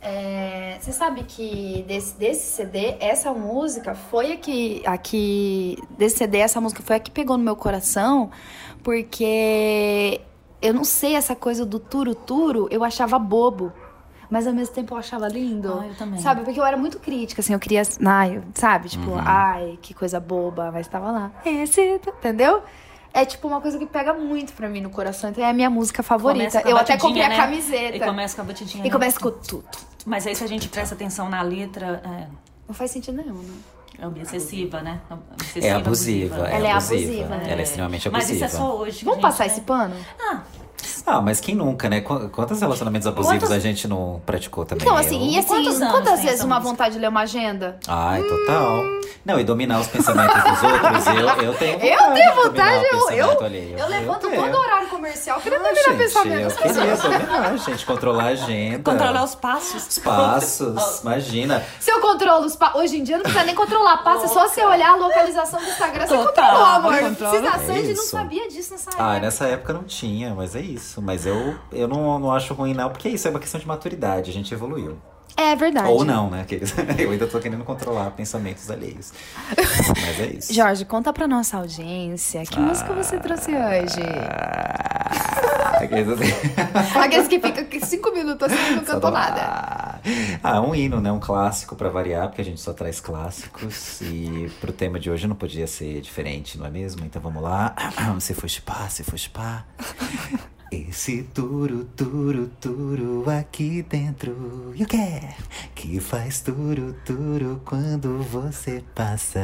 É, que desse, desse CD, essa música foi a que, a que. Desse CD, essa música foi a que pegou no meu coração, porque eu não sei essa coisa do turo-turo, eu achava bobo. Mas ao mesmo tempo eu achava lindo. Ah, eu também. Sabe? Porque eu era muito crítica, assim, eu queria. Ai, eu- sabe? Tipo, ai, que coisa boba, mas tava lá. Esse, entendeu? É tipo uma coisa que pega muito pra mim no coração. Então é a minha música Começa favorita. com a Eu até batidinha, comprei né? a camiseta. E começa com a batidinha. E né? começa com tudo. Mas aí se a gente presta atenção na letra, é, Não faz sentido nenhum, né? é obsessiva, né? Obsessiva, É abusiva. né? Ela é abusiva, Ela é extremamente Mas abusiva. isso é só hoje. que Vamos a gente, passar né? esse pano? Ah, Ah, mas quem nunca, né? Qu- Quantos relacionamentos abusivos Quantos- a gente não praticou também? Então, assim, e Hum. Eu- assim, Quantos anos quantas tem vezes essa uma música? vontade de ler uma agenda? Ai, total. Não, e dominar os pensamentos dos outros, eu, eu tenho vontade. Eu tenho de dominar vontade, o eu, eu, pensamento eu, alheio. levanto tenho. todo horário comercial Ah, querendo virar pensamento das eu queria pessoas. dominar, gente. Controlar a agenda. controlar os passos. os passos. imagina. Se eu controlo os pa... Hoje em dia não precisa nem controlar passa, é só você olhar a localização do Instagram. Você Total, controlou, amor. controla. Precisa É Sandy não isso. sabia disso nessa Ah, época. nessa época não tinha, mas é isso. Mas eu, eu não, não acho ruim, não, porque isso é uma questão de maturidade, a gente evoluiu. É verdade. Ou não, né? Aqueles- eu ainda tô querendo controlar pensamentos alheios. Mas é isso. Jorge, conta pra nossa audiência que música você trouxe hoje. Aqueles assim. Aqueles que ficam aqui cinco minutos assim e não Só cantou dá uma- nada. Ah, um hino, né? Um clássico pra variar, porque a gente só traz clássicos. E pro tema de hoje não podia ser diferente, não é mesmo? Então vamos lá. Se for chipá, se for chipá. Esse turo, turo, turo aqui dentro. E o que é? Que faz turo, turo quando você passa.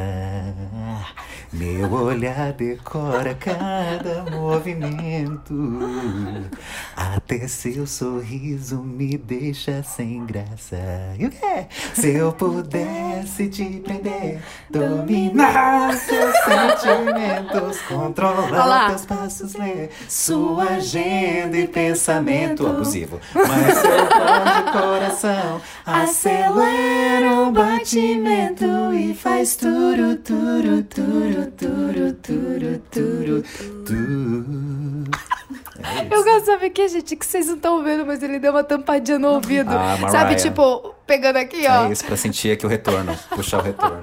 Meu olhar decora cada movimento. Até seu sorriso me deixa sem graça. E o que é? Se eu pudesse te prender, dominar seus sentimentos, controlar Olá. teus passos, ler sua agenda e pensamento abusivo. Mas seu pão de coração acelera o batimento e faz turu, turu, turu, turu, turu, turu, turu. Eu gosto de saber que, gente, que vocês não estão vendo, mas ele deu uma tampadinha no ouvido. Ah, Mariah. Sabe, tipo, pegando aqui, ó. É isso, pra sentir aqui o retorno, puxar o retorno.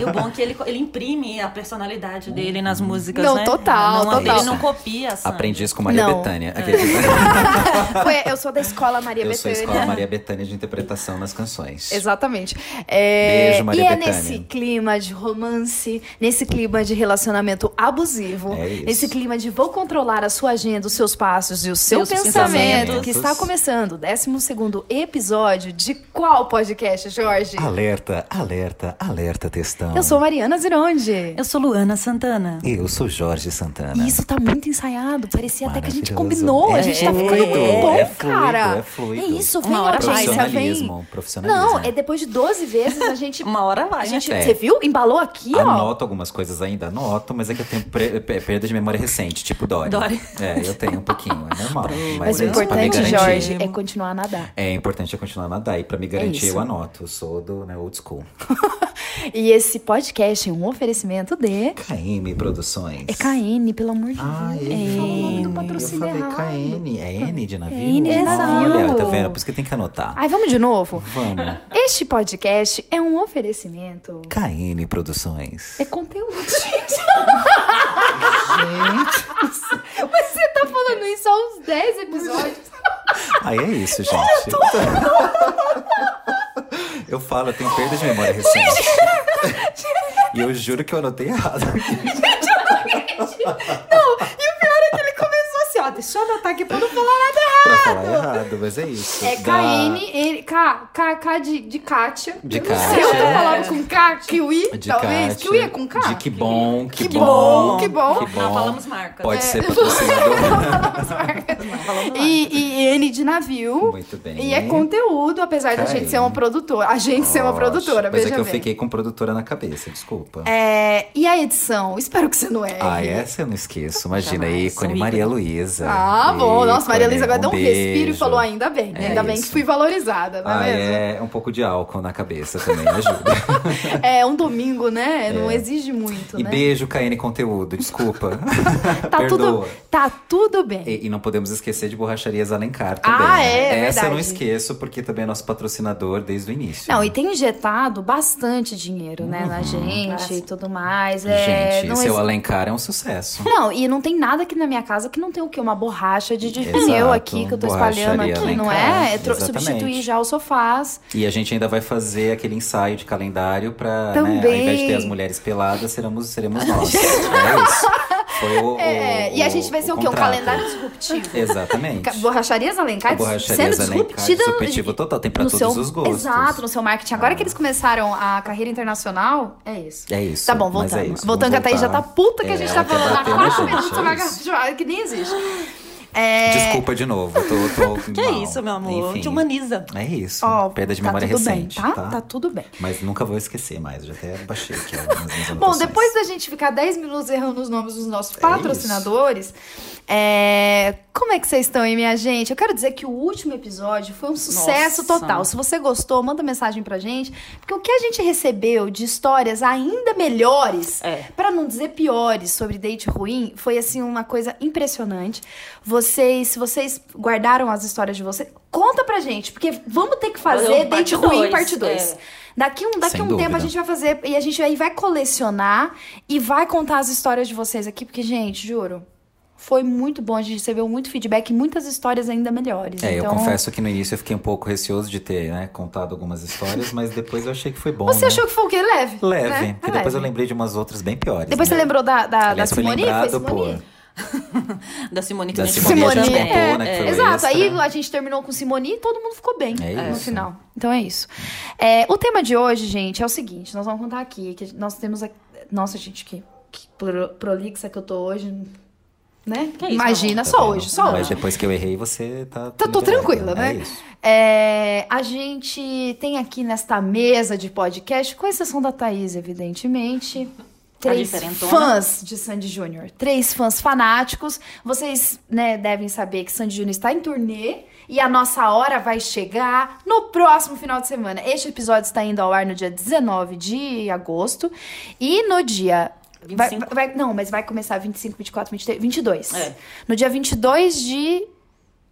E o bom é que ele, ele imprime a personalidade dele nas músicas, Não, né? total, não, total. Ele não copia, sabe? Uhum. Aprendi isso com Maria Não. Bethânia. Aquele- Foi- eu sou da escola Maria Eu sou a Bethânia. escola Maria Bethânia de interpretação nas canções. Exatamente. É, Beijo, Maria e é Bethânia. nesse clima de romance, nesse clima de relacionamento abusivo, É isso. nesse clima de vou controlar a sua agenda, os seus passos e o seu Seus pensamento, pensamentos. que está começando o 12 episódio de qual podcast, Jorge? Alerta, alerta, alerta, textão. Eu sou Mariana Zironde. Eu sou Luana Santana. Eu sou Jorge Santana. E isso tá muito ensaiado. Parecia até que a gente né? Maravilhoso. combinou. a gente tá É ficando muito fluido, bom, é fluido, cara. é fluido. isso, vem Uma hora vai. audiência, profissionalismo, vem. profissionalismo. Não, é depois de 12 vezes a gente. Uma hora A vai. né? gente, É. você viu? Embalou aqui, ó. Anoto algumas coisas ainda, anoto, mas é que eu tenho pre- pe- perda de memória recente, tipo Dory. Dory. É, eu tenho um pouquinho, é normal. Mas Mas, o é isso, pra me importante, garantir- Jorge, é continuar a nadar. É importante eu continuar a nadar. E pra me garantir, isso. eu anoto. Eu sou do né, old school. E esse podcast é um oferecimento de KM Produções. EKN, pelo amor de Deus. Ah, É. ele falou do patrocínio Eu errado. falei KN. É N de navio? É N de navio. Olha, tá vendo? Por isso que tem que anotar. Ai, vamos de novo? Vamos. Este podcast é um oferecimento. KN Produções. É conteúdo, gente. Mas você tá falando isso há uns 10 episódios. Aí é isso, gente. Eu falo, eu tenho perda de memória recente. E eu juro que eu anotei errado. Não, e o pior é que ele começou assim, ó, deixa eu anotar aqui pra não falar nada errado. pra falar errado, mas é isso. É Da- KN, ele- K, K, K de, de Kátia. De Eu não sei Kátia. outra palavra com K, Kiwi, De talvez. Kátia, Kiwi é com K? De que bom, que, Que bom, que bom. Não falamos marcas. Pode É. ser patrocinador. E, e N de navio. Muito bem. E é conteúdo, apesar da Tá gente aí. ser uma produtora. A gente ser uma Nossa, produtora, Mas veja é que eu bem. fiquei com produtora na cabeça, desculpa. É, e a edição? Espero que você não erre. Ah, essa eu não esqueço. Imagina, Jamais, ícone são Maria Luísa. Ah, bom. E Nossa, Maria Elisa Cornélio, agora deu um respiro e né? beijo. falou: ainda bem, É ainda bem que isso. fui valorizada, não Ah, é mesmo? é um pouco de álcool na cabeça também ajuda. É. um domingo, né? Não exige muito, É. e né? beijo, KN Conteúdo, desculpa. Tá tudo, Perdoa. tá tudo bem. E, e não podemos esquecer de borracharias Alencar Ah, também. é, né? é Essa eu não verdade. esqueço, porque também é nosso patrocinador desde o início. Não, né? e tem injetado bastante dinheiro, né, na Uhum. gente e Clássico. tudo mais. É, Gente, não, seu exi- Alencar é um sucesso. não, e não tem nada aqui na minha casa que não tem o quê? Uma borracha de, de Exato, pneu aqui que eu tô espalhando borracharia aqui, lá em não casa, é? é tro- exatamente. substituir já os sofás. E a gente ainda vai fazer aquele ensaio de calendário pra, né, ao Também. invés de ter as mulheres peladas, seremos, seremos nós. é isso. Foi o, É, o- e a gente vai ser o, quê? Um contrato. calendário disruptivo. Exatamente. Ca- Borracharias Alencar Borracharias sendo Alencar, disruptida disruptivo total, tem pra no todos seu- os gostos. Ah. Exato, no seu marketing. Agora que eles começaram a carreira internacional, é isso. É isso. Tá bom, mas voltando. é isso, voltando que a Thaís vamos já voltar. tá puta que a É, gente tá ela quer falando há bater na quatro gente, minutos é sobre a isso. Gabi que nem existe. É, Desculpa de novo, tô, tô Que é mal. isso, meu amor? Enfim, Te humaniza. É isso. ó, Perda de tá memória tudo recente, bem, tá? tá? Tá tudo bem. Mas nunca vou esquecer mais, já até baixei aqui algumas minhas Bom, anotações. depois da gente ficar 10 minutos errando os nomes dos nossos É patrocinadores, é, como é que vocês estão aí, minha gente? Eu quero dizer que o último episódio foi um sucesso Nossa. total. Se você gostou, manda mensagem pra gente, porque o que a gente recebeu de histórias ainda melhores, É. pra não dizer piores, sobre date ruim, foi assim uma coisa impressionante. Vocês, se vocês guardaram as histórias de vocês, conta pra gente, porque vamos ter que fazer Fazer um date parte ruim dois, parte é. 2. Daqui um, daqui Sem um tempo a dúvida. gente vai fazer e a gente aí vai colecionar e vai contar as histórias de vocês aqui, porque, gente, juro, foi muito bom. A gente recebeu muito feedback e muitas histórias ainda melhores. É, então, eu confesso que no início eu fiquei um pouco receoso de ter né, contado algumas histórias, mas depois eu achei que foi bom. Você né? achou que foi o quê? Leve? Leve, né? porque É depois leve. eu lembrei de umas outras bem piores. Depois né? você lembrou da, da, da Aliás, foi Simone? Foi lembrado, Simone? pô. Da Simone que Da a gente Simone, falou a gente também. contou, né, que foi o é. Exato, aí extra. a gente terminou com Simone e todo mundo ficou bem É no isso. final. Então é isso. É, o tema de hoje, gente, é o seguinte: nós vamos contar aqui que nós temos. A... Nossa, gente, que, que pro- prolixa que eu tô hoje. Né? Que é isso, Imagina, Tá só vendo? hoje, só Mas hoje. depois que eu errei, você Tá- tá. tô liberado, tranquila, né? É isso. É, a gente tem aqui nesta mesa de podcast, com exceção da Thaís, evidentemente. Três Tá diferentona. fãs de Sandy Júnior. Três fãs fanáticos. Vocês né, devem saber que Sandy Júnior está em turnê e a nossa hora vai chegar no próximo final de semana. Este episódio está indo ao ar no dia 19 de agosto e no dia. vai- 25. vai- não, mas vai começar 25, 24, 23, 22. É. No dia 22 de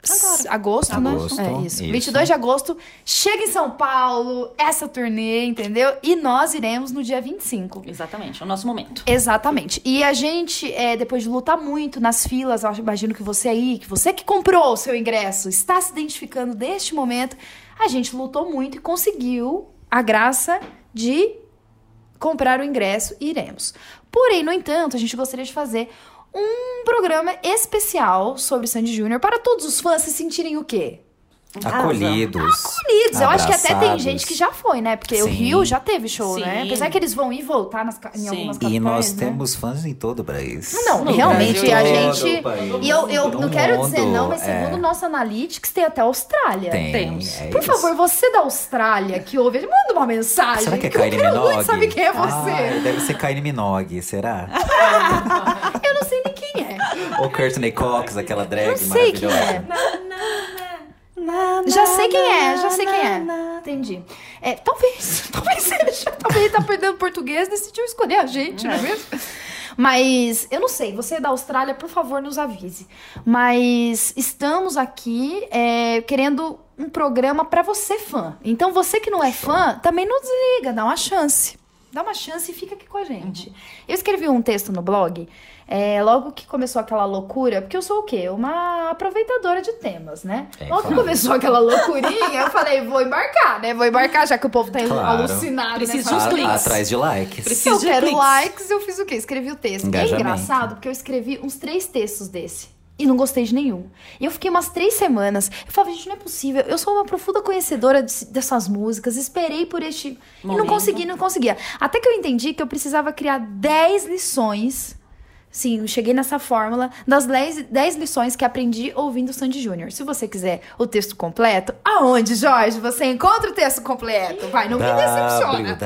Agora. agosto, né? Agosto, É isso. isso. 22 de agosto, chega em São Paulo, essa turnê, entendeu? E nós iremos no dia 25. Exatamente, é o nosso momento. Exatamente. E a gente, é, depois de lutar muito nas filas, eu acho- imagino que você aí, que você que comprou o seu ingresso, está se identificando deste momento, a gente lutou muito e conseguiu a graça de comprar o ingresso e iremos. Porém, no entanto, a gente gostaria de fazer um programa especial sobre Sandy Júnior para todos os fãs se sentirem o quê? Acolhidos. Unidos. Eu acho que até tem Abraçados. gente que já foi, né? Porque o Sim. Rio já teve show, né? Sim. Apesar que eles vão ir e voltar nas, ca- em Sim. algumas capitais, E nós né? Ah, temos fãs em todo o país. Não, No realmente Brasil a todo, gente. país, E eu, eu no não quero dizer mundo, não, mas é. segundo o nosso Analytics, tem até a Austrália. Tem. Temos. é Por isso. favor, você da Austrália que ouve, manda uma mensagem. Será que é eu Kylie quero muito Minogue? saber quem é você. Ah, deve ser Kylie Minogue, será? Eu não sei nem quem é. Ou Courtney Cox, aquela drag Não sei quem maravilhosa. é. Já sei quem é, já sei quem é. Entendi. É, talvez, talvez seja. Talvez ele tá perdendo português e decidiu escolher a gente, não é mesmo? Mas eu não sei, você é da Austrália, por favor, nos avise. Mas estamos aqui é, querendo um programa pra você, fã. Então você que não é fã, também nos liga, dá uma chance. Dá uma chance e fica aqui Uhum. com a gente. Eu escrevi um texto no blog, é, logo que começou aquela loucura, porque eu sou o quê? Uma aproveitadora de temas, né? É, logo que claro. começou aquela loucurinha, eu falei, vou embarcar, né? Vou embarcar, já que o povo tá Claro. alucinado. Preciso nessa de um uns A- hora. cliques. Atrás de likes. Preciso. Eu de quero cliques. likes, eu fiz o quê? Escrevi o texto. E é Engajamento. engraçado, porque eu escrevi uns três textos desse. E não gostei de nenhum. E eu fiquei umas três semanas. Eu falava, gente, não é possível. Eu sou uma profunda conhecedora de- dessas músicas. Esperei por este. E não Momento. consegui, não conseguia. Até que eu entendi que eu precisava criar dez lições Sim, eu cheguei nessa fórmula das 10, 10 lições que aprendi ouvindo Sandy Júnior. Se você quiser o texto completo, aonde, Jorge, você encontra o texto completo? Vai, não me Tá decepciona.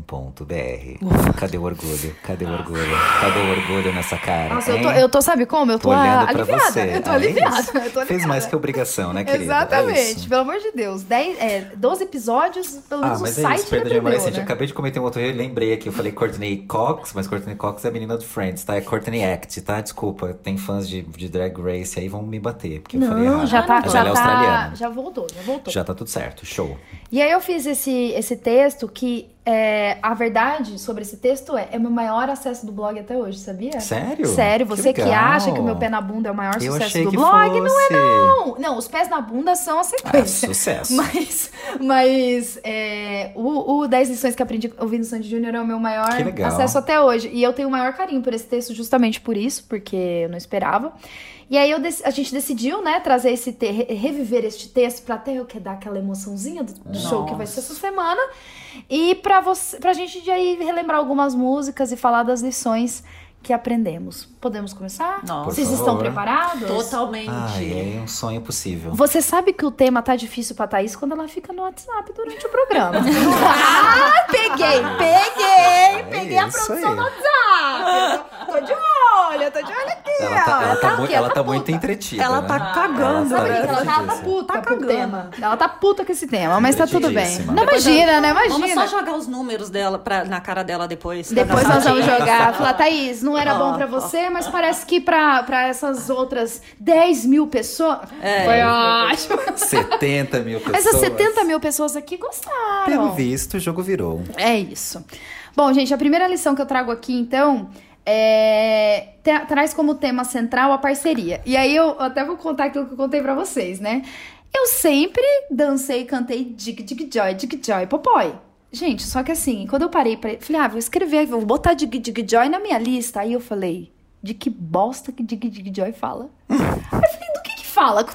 www.alertatestão.com.br Cadê o orgulho? Cadê o orgulho? Cadê o orgulho nessa cara? Nossa, eu tô, hein? eu tô, sabe como? Eu tô, Tô olhando pra aliviada. você. Eu tô Ah, é isso? aliviada. eu tô Fez aliviada. mais que obrigação, né, querida? É Exatamente, isso. pelo amor de Deus. 10, é, 12 episódios, pelo Ah, menos o mas é site isso, perda de memória aprendeu, recente. né? Eu Acabei de cometer um outro erro e lembrei aqui. Eu falei Courtney Cox, mas Courtney Cox é a menina do Friends, tá? É Courtney Act, tá? Desculpa, tem fãs de, de Drag Race aí vão me bater, porque eu falei Não, errado. já tá, Mas já ela é tá, australiana. já voltou, já voltou. Já tá tudo certo, show. E aí eu fiz esse, esse texto que é, a verdade sobre esse texto é, é o meu maior acesso do blog até hoje, sabia? Sério? É. Sério, você que, legal. acha que o meu pé na bunda é o maior Eu sucesso achei do que blog, fosse. não é não! Não, os pés na bunda são a Ah, sequência. sucesso. Mas, mas é, o, o 10 lições que aprendi ouvindo Sandy Júnior é o meu maior Que legal. acesso até hoje. E eu tenho o maior carinho por esse texto justamente por isso, porque eu não esperava. E aí eu dec- a gente decidiu, né, trazer esse te- re- reviver este texto pra até eu que dar aquela emoçãozinha do, do show que vai ser essa semana. E pra você, pra gente de aí relembrar algumas músicas e falar das lições que aprendemos. Podemos começar? Nossa. Vocês Por estão favor. preparados? Totalmente. Ai, é um sonho possível. Você sabe que o tema tá difícil pra Thaís quando ela fica no WhatsApp durante o programa. ah, peguei, peguei, É peguei a isso produção aí. do WhatsApp. Ah, Tô de olho, tô de olho aqui. Ela tá, ela Ela tá, tá mu- o quê? ela Tá tá puta. muito entretida. Ela né? tá cagando, Sabe né? o que ela tá entretidíssima. puta Tá com o cagando. tema. Ela tá puta com esse tema, mas tá tudo bem. Entretidíssima. Não imagina, né? Vamos Imagina. só jogar os números dela pra, na cara dela depois. tá? Depois Na nós vamos sardinha. jogar. Falar, Thaís, não era Ó, bom pra ó. você, mas parece que pra, pra essas outras 10 mil pessoas. É. Foi ótimo. 70 mil pessoas. Essas 70 mil pessoas aqui gostaram. Pelo visto, o jogo virou. É isso. Bom, gente, a primeira lição que eu trago aqui, então, é... tra- traz como tema central a parceria. E aí eu até vou contar aquilo que eu contei pra vocês, né? Eu sempre dancei e cantei Dig Dig Joy, Dig Joy, Popoy. Gente, só que assim, quando eu parei pra... Falei, ah, vou escrever, vou botar Dig Dig Joy na minha lista. Aí eu falei, de que bosta que Dig Dig Joy fala? Aí eu falei, do que que fala?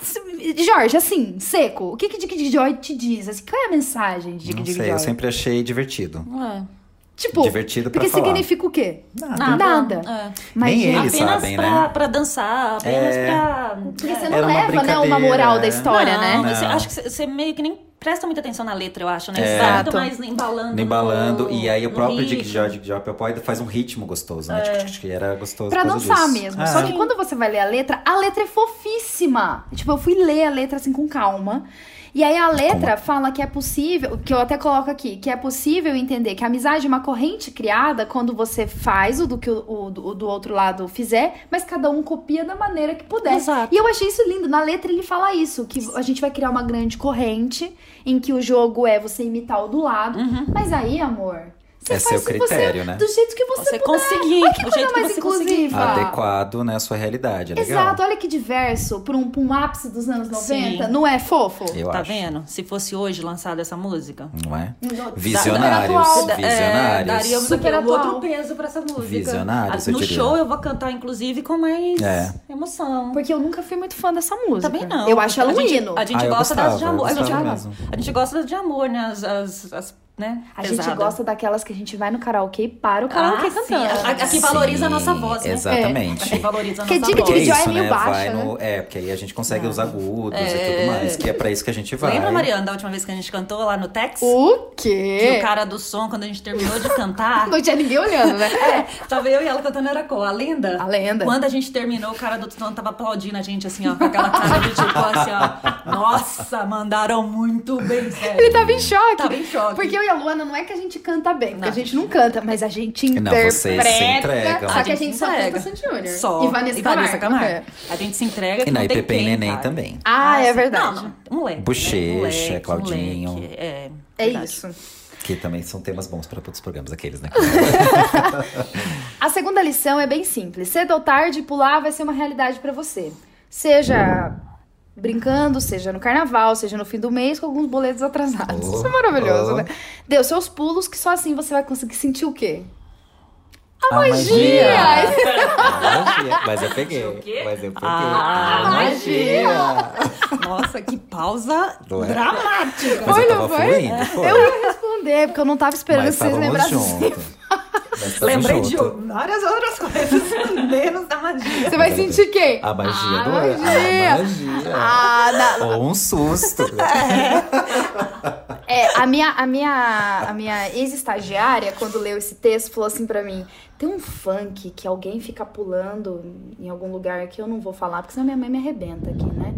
Jorge, assim, seco, o que que Dig Dig Joy te diz? Assim, qual é a mensagem de Dig Não Dig sei, Joy? eu sempre achei divertido. É. Tipo, Divertido pra porque falar. significa o quê? Nada. Nada. É. Mas, Nem gente, Eles apenas sabem, pra, né? pra dançar, apenas É. pra. Porque você É. não leva, Era uma né, uma brincadeira, moral da né? história, Não, né? mas você- Não. acho que você- você meio que nem presta muita atenção na letra, eu acho, né? É. Você tá Exato. muito mais embalando. Embalando, no- e aí o no próprio ritmo. Dick Joy, Dick Joy Popoy faz um ritmo gostoso, né? Tipo, tipo, que era gostoso. Pra por causa dançar disso. mesmo. Ah, Só que quando você vai ler a letra, a letra é fofíssima. Tipo, eu fui ler a letra assim com calma. E aí a letra fala que é possível, que eu até coloco aqui, que é possível entender que a amizade é uma corrente criada quando você faz o do que o, o do- o do outro lado fizer, mas cada um copia da maneira que puder. Exato. E eu achei isso lindo. Na letra ele fala isso, que a gente vai criar uma grande corrente em que o jogo é você imitar o do lado. Mas aí, amor, você Uhum. É faz seu o que critério, você, né? do jeito que você, Você puder. conseguir, Olha que o coisa jeito que mais você conseguir. inclusiva. Adequado, né, à sua realidade. É legal. Exato, olha que diverso pra um, pra um ápice dos anos 90. Sim. Não é fofo? Eu Tá acho. vendo? Se fosse hoje lançada essa música. Não é? No- Visionários. super atual. Da- Visionários. É, daríamos Super aqui um atual. outro peso pra essa música. Visionários, Ah, eu No diria. show eu vou cantar, inclusive, com mais É. emoção. Porque eu nunca fui muito fã dessa música. Também não. é. Eu acho ela um a gente- hino. A gente Ah, eu gosta gostava, das de amor. eu A gente, gostava ama- mesmo. a gente gosta de amor, né? As, as, as, né? A gente Pesada. gosta daquelas que a gente vai no karaokê e para o Ah, karaokê sim. cantando. A, a que valoriza a nossa Sim, voz, né? A Exatamente. que valoriza a Que nossa diga, voz. Porque diga, Joy é é isso, meio né? baixa, vai né? no... É, porque aí a gente consegue os agudos e tudo mais, que é pra isso que a gente vai. Lembra, Mariana, da última vez que a gente cantou lá no Tex? O Que o quê? cara do som, quando a gente terminou de cantar, Não tinha ninguém olhando, né? tava eu e ela cantando era qual? A lenda? A lenda. Quando a gente terminou, o cara do som tava aplaudindo a gente, assim, ó, com aquela cara de tipo assim, ó. Nossa, mandaram muito bem, sério. Ele tá tava em choque. Tava em choque. Porque eu e a Luana não é que a gente canta bem, porque Não. a gente não canta, mas a gente interpreta. Não, vocês se entregam. Só que a gente só canta Sandy Júnior. Só. E Vanessa Camargo. Camargo. É. A gente se entrega. que E na não tem IPP e quem, Neném cara. também. Ah, é sim. verdade. Não, moleque. né? Bochecha, Moleque, Claudinho. moleque, é, É verdade. isso. Que também são temas bons pra todos os programas, aqueles, né? A segunda lição é bem simples. Cedo ou tarde, pular vai ser uma realidade pra você. Seja brincando, seja no carnaval, seja no fim do mês, com alguns boletos atrasados. Oh, Isso é maravilhoso, oh. né? Deu seus pulos, que só assim você vai conseguir sentir o quê? A magia! A magia. Mas eu peguei. O quê? Mas eu peguei. Ah, A magia! Nossa, que pausa Não é? dramática. Mas Foi, eu não tava foi? fluindo, foi. Eu ia responder, porque eu não tava esperando Mas vocês estávamos lembrassem. juntos. Mas tamo Lembrei junto. de várias outras coisas, menos da magia. Você vai sentir quem? A magia Ah, do magia. A magia. Ah, na- Ou um susto. É, a minha, a minha, a minha ex-estagiária, quando leu esse texto, falou assim pra mim: tem um funk que alguém fica pulando em algum lugar que eu não vou falar, porque senão minha mãe me arrebenta aqui, né?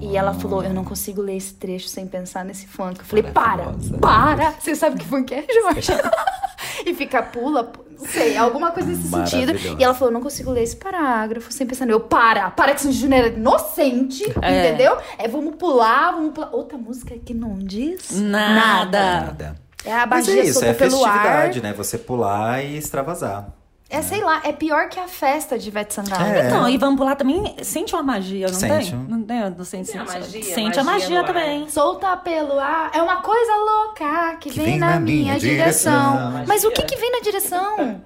E ela falou: eu não consigo ler esse trecho sem pensar nesse funk. Eu falei: para, Maravilhosa. para! Você sabe que funk é, Jorge? e fica pula, pu- não sei, alguma coisa nesse sentido. Maravilhosa. E ela falou: eu não consigo ler esse parágrafo sem pensar. Eu, para, para que isso não é inocente, É. entendeu? É, vamos pular, vamos pular. Outra música que não diz Nada. Nada. é a Mas magia é isso, solta é pelo ar. festividade, né? Você pular e extravasar. É, sei lá, é pior que a festa de Ivete Sangalo. É. Então, e vamos pular também. Sente uma magia, não Sente. um- tem? Não tem? Não sente, Tem a sente- magia, sente a magia magia no ar. também. Solta pelo ar, é uma coisa louca que, vem, na, minha direção. direção. Mas o é. que que vem na direção?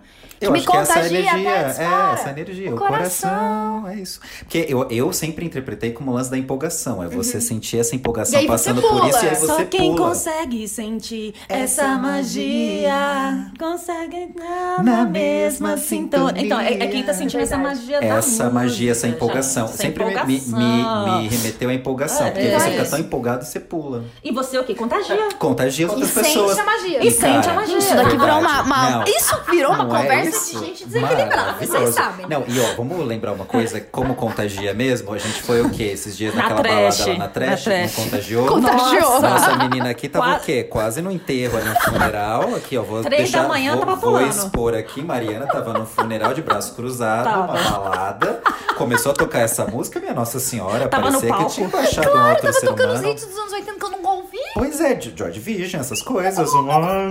que Eu me acho que é essa contagia energia, até é, desfara. essa energia, O o, coração. é isso. Porque eu, eu sempre interpretei como o lance da empolgação, é você sentir essa Uhum. E empolgação aí você passando pula. por isso e aí você Só quem pula. consegue sentir Essa essa magia consegue entrar na Na mesma mesma sintonia. Então, é, é quem tá sintonia. sentindo essa Verdade. magia da Essa magia, essa música, empolgação. gente. Essa Sempre me- Me, empolgação. me- me remeteu à empolgação. É, porque é você fica isso. tão empolgado e você pula. E você o quê? Contagia. Contagia as E outras sente pessoas. a magia. E sente a magia. Isso daqui é Verdade. virou uma, uma- Não. isso virou uma Não é conversa isso? de gente desequilibrada, vocês Maravilhoso. sabem. Não, e ó, vamos lembrar uma coisa, como contagia mesmo, a gente foi o quê? Esses dias Na naquela trash. balada lá na trash, Na não trash. contagiou? Contagiou. Nossa, essa menina aqui tava Quase- o quê? Quase no enterro, ali no funeral. Aqui, ó, vou Três deixar, da manhã vou, tava vou pulando. expor aqui, Mariana tava no funeral de braço cruzado, Tava. uma balada. Começou a tocar essa música, minha Nossa Senhora, Tava no parecia que palco. tinha baixado um outro Tava ser tocando os humano. hits dos anos 80 que eu não ouvi. Pois é, de George Vision, essas coisas. um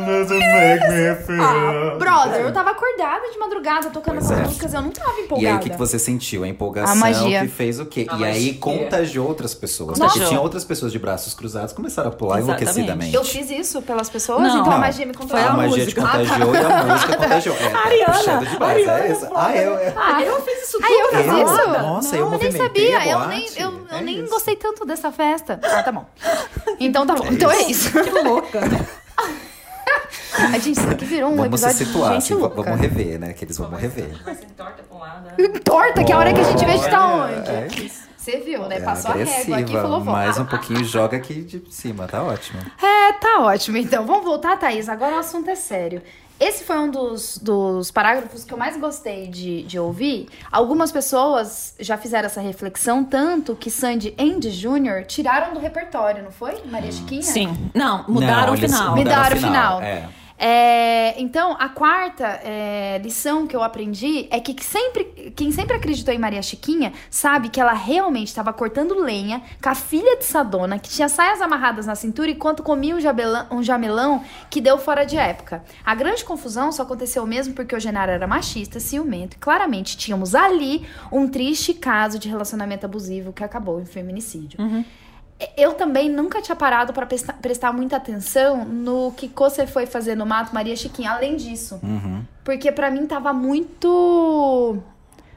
Make me feel. Ah, brother, eu tava acordada de madrugada tocando Pois essas é. músicas, eu não tava empolgada. E aí, o que, que você sentiu? A empolgação A magia. que fez o quê? A e aí, magia. contagiou outras pessoas. né? Nossa. Porque tinha outras pessoas de braços cruzados começaram a pular Exatamente. enlouquecidamente. Eu fiz isso pelas pessoas, Não. então a Não. magia me Foi contagiou. Ah, a, a magia música. te contagiou e a música contagiou. É, tá Ariana, puxado demais, Ariana é essa? fala. Ah, eu... é- Ah, eu fiz isso Aí eu fiz Eu? isso? Nossa, eu nem movimentei sabia, a eu nem, boate. eu, eu É nem isso. gostei tanto dessa festa. Ah, tá bom. Então tá bom. então é isso. Que louca. A gente isso aqui virou um Vamos se episódio situar, de gente assim, v- louca. vamos rever, né? Que eles vão rever. Vai ser torta pra um lado. Torta, que é a hora que a gente vê de tá Olha, onde. É isso. Você viu, né? É Passou a régua aqui e agressiva, falou, vó. Mais um pouquinho joga aqui de cima, tá ótimo. É, tá ótimo. Então, vamos voltar, Thaís. Agora o assunto é sério. Esse foi um dos, dos parágrafos que eu mais gostei de, de ouvir. Algumas pessoas já fizeram essa reflexão, tanto que Sandy Andy Jr. tiraram do repertório, não foi? Maria Chiquinha? Sim. Não, mudaram Não, o eles final. Me mudaram deram o final. É. É, então, a quarta é, lição que eu aprendi é que que sempre, quem sempre acreditou em Maria Chiquinha sabe que ela realmente estava cortando lenha com a filha de Sadona, que tinha saias amarradas na cintura enquanto comia um, jabelão- um jamelão que deu fora de época. A grande confusão só aconteceu mesmo porque o Genaro era machista, ciumento e claramente tínhamos ali um triste caso de relacionamento abusivo que acabou em feminicídio. Eu também nunca tinha parado pra presta- prestar muita atenção no que você foi fazer no Mato Maria Chiquinha, além disso. Uhum. Porque pra mim tava muito.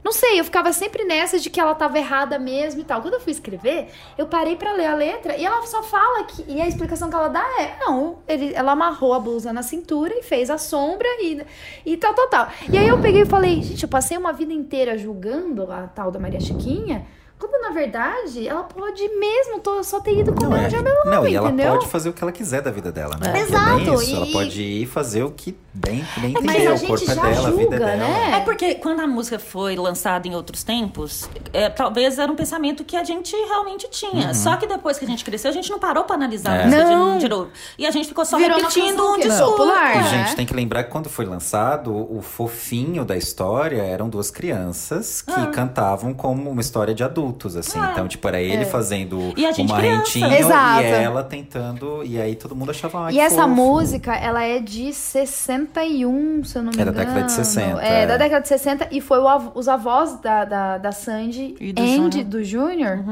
Não sei, eu ficava sempre nessa de que ela tava errada mesmo e tal. Quando eu fui escrever, eu parei pra ler a letra e ela só fala que. E a explicação que ela dá é: não, ele, ela amarrou a blusa na cintura e fez a sombra e, e tal, tal, tal. E aí eu peguei e falei: gente, eu passei uma vida inteira julgando a tal da Maria Chiquinha, quando na verdade ela pode mesmo tô- só ter ido Não, comer é. um jamelão, não, e ela entendeu? pode fazer o que ela quiser da vida dela, né? É. Porque nem Exato, Isso, e- Ela pode ir fazer o que bem, bem É, mas entender. a o gente corpo é já dela, a vida é julga, dela. né? É porque quando a música foi lançada em outros tempos, é, talvez era um pensamento que a gente realmente tinha. Só que depois que a gente cresceu, a gente não parou pra analisar a Uhum. É. música de- Não. de novo. E a gente ficou só Virou uma repetindo canção um que- Não. discurso. popular. E, É. gente, tem que lembrar que quando foi lançado, o fofinho da história eram duas crianças Ah. que cantavam como uma história de adultos, assim. Então, tipo, era É. ele fazendo E a gente uma criança. rentinha Exato. e ela tentando. E aí todo mundo achava. "Ai, E que essa fofo." música, ela é de 61, se eu não me É da engano. década de 60, É, é. da década de 60. E foi o av- os avós da, da, da Sandy, E do Andy, Júnior. Uhum. do Júnior,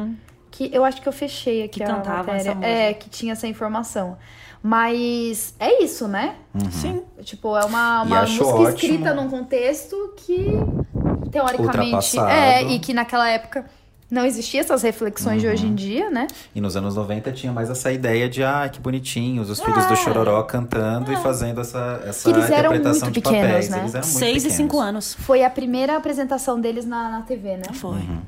que eu acho que eu fechei aqui Que a cantava matéria. essa música. é, que tinha essa informação. Mas é isso, né? Uhum. Sim. Tipo, é uma, E uma acho música ótimo. escrita num contexto que, teoricamente... Ultrapassado. É, e que naquela época Não existiam essas reflexões de hoje Uhum. em dia, né? E nos anos 90 tinha mais essa ideia de, ah, que bonitinhos, os filhos do Chororó cantando e fazendo essa, essa Ah. Que eles eram interpretação muito de pequenos, papéis. né? Eles eram É muito Seis e pequenos. cinco anos. Foi a primeira apresentação deles na, na TV, né? Foi. Uhum.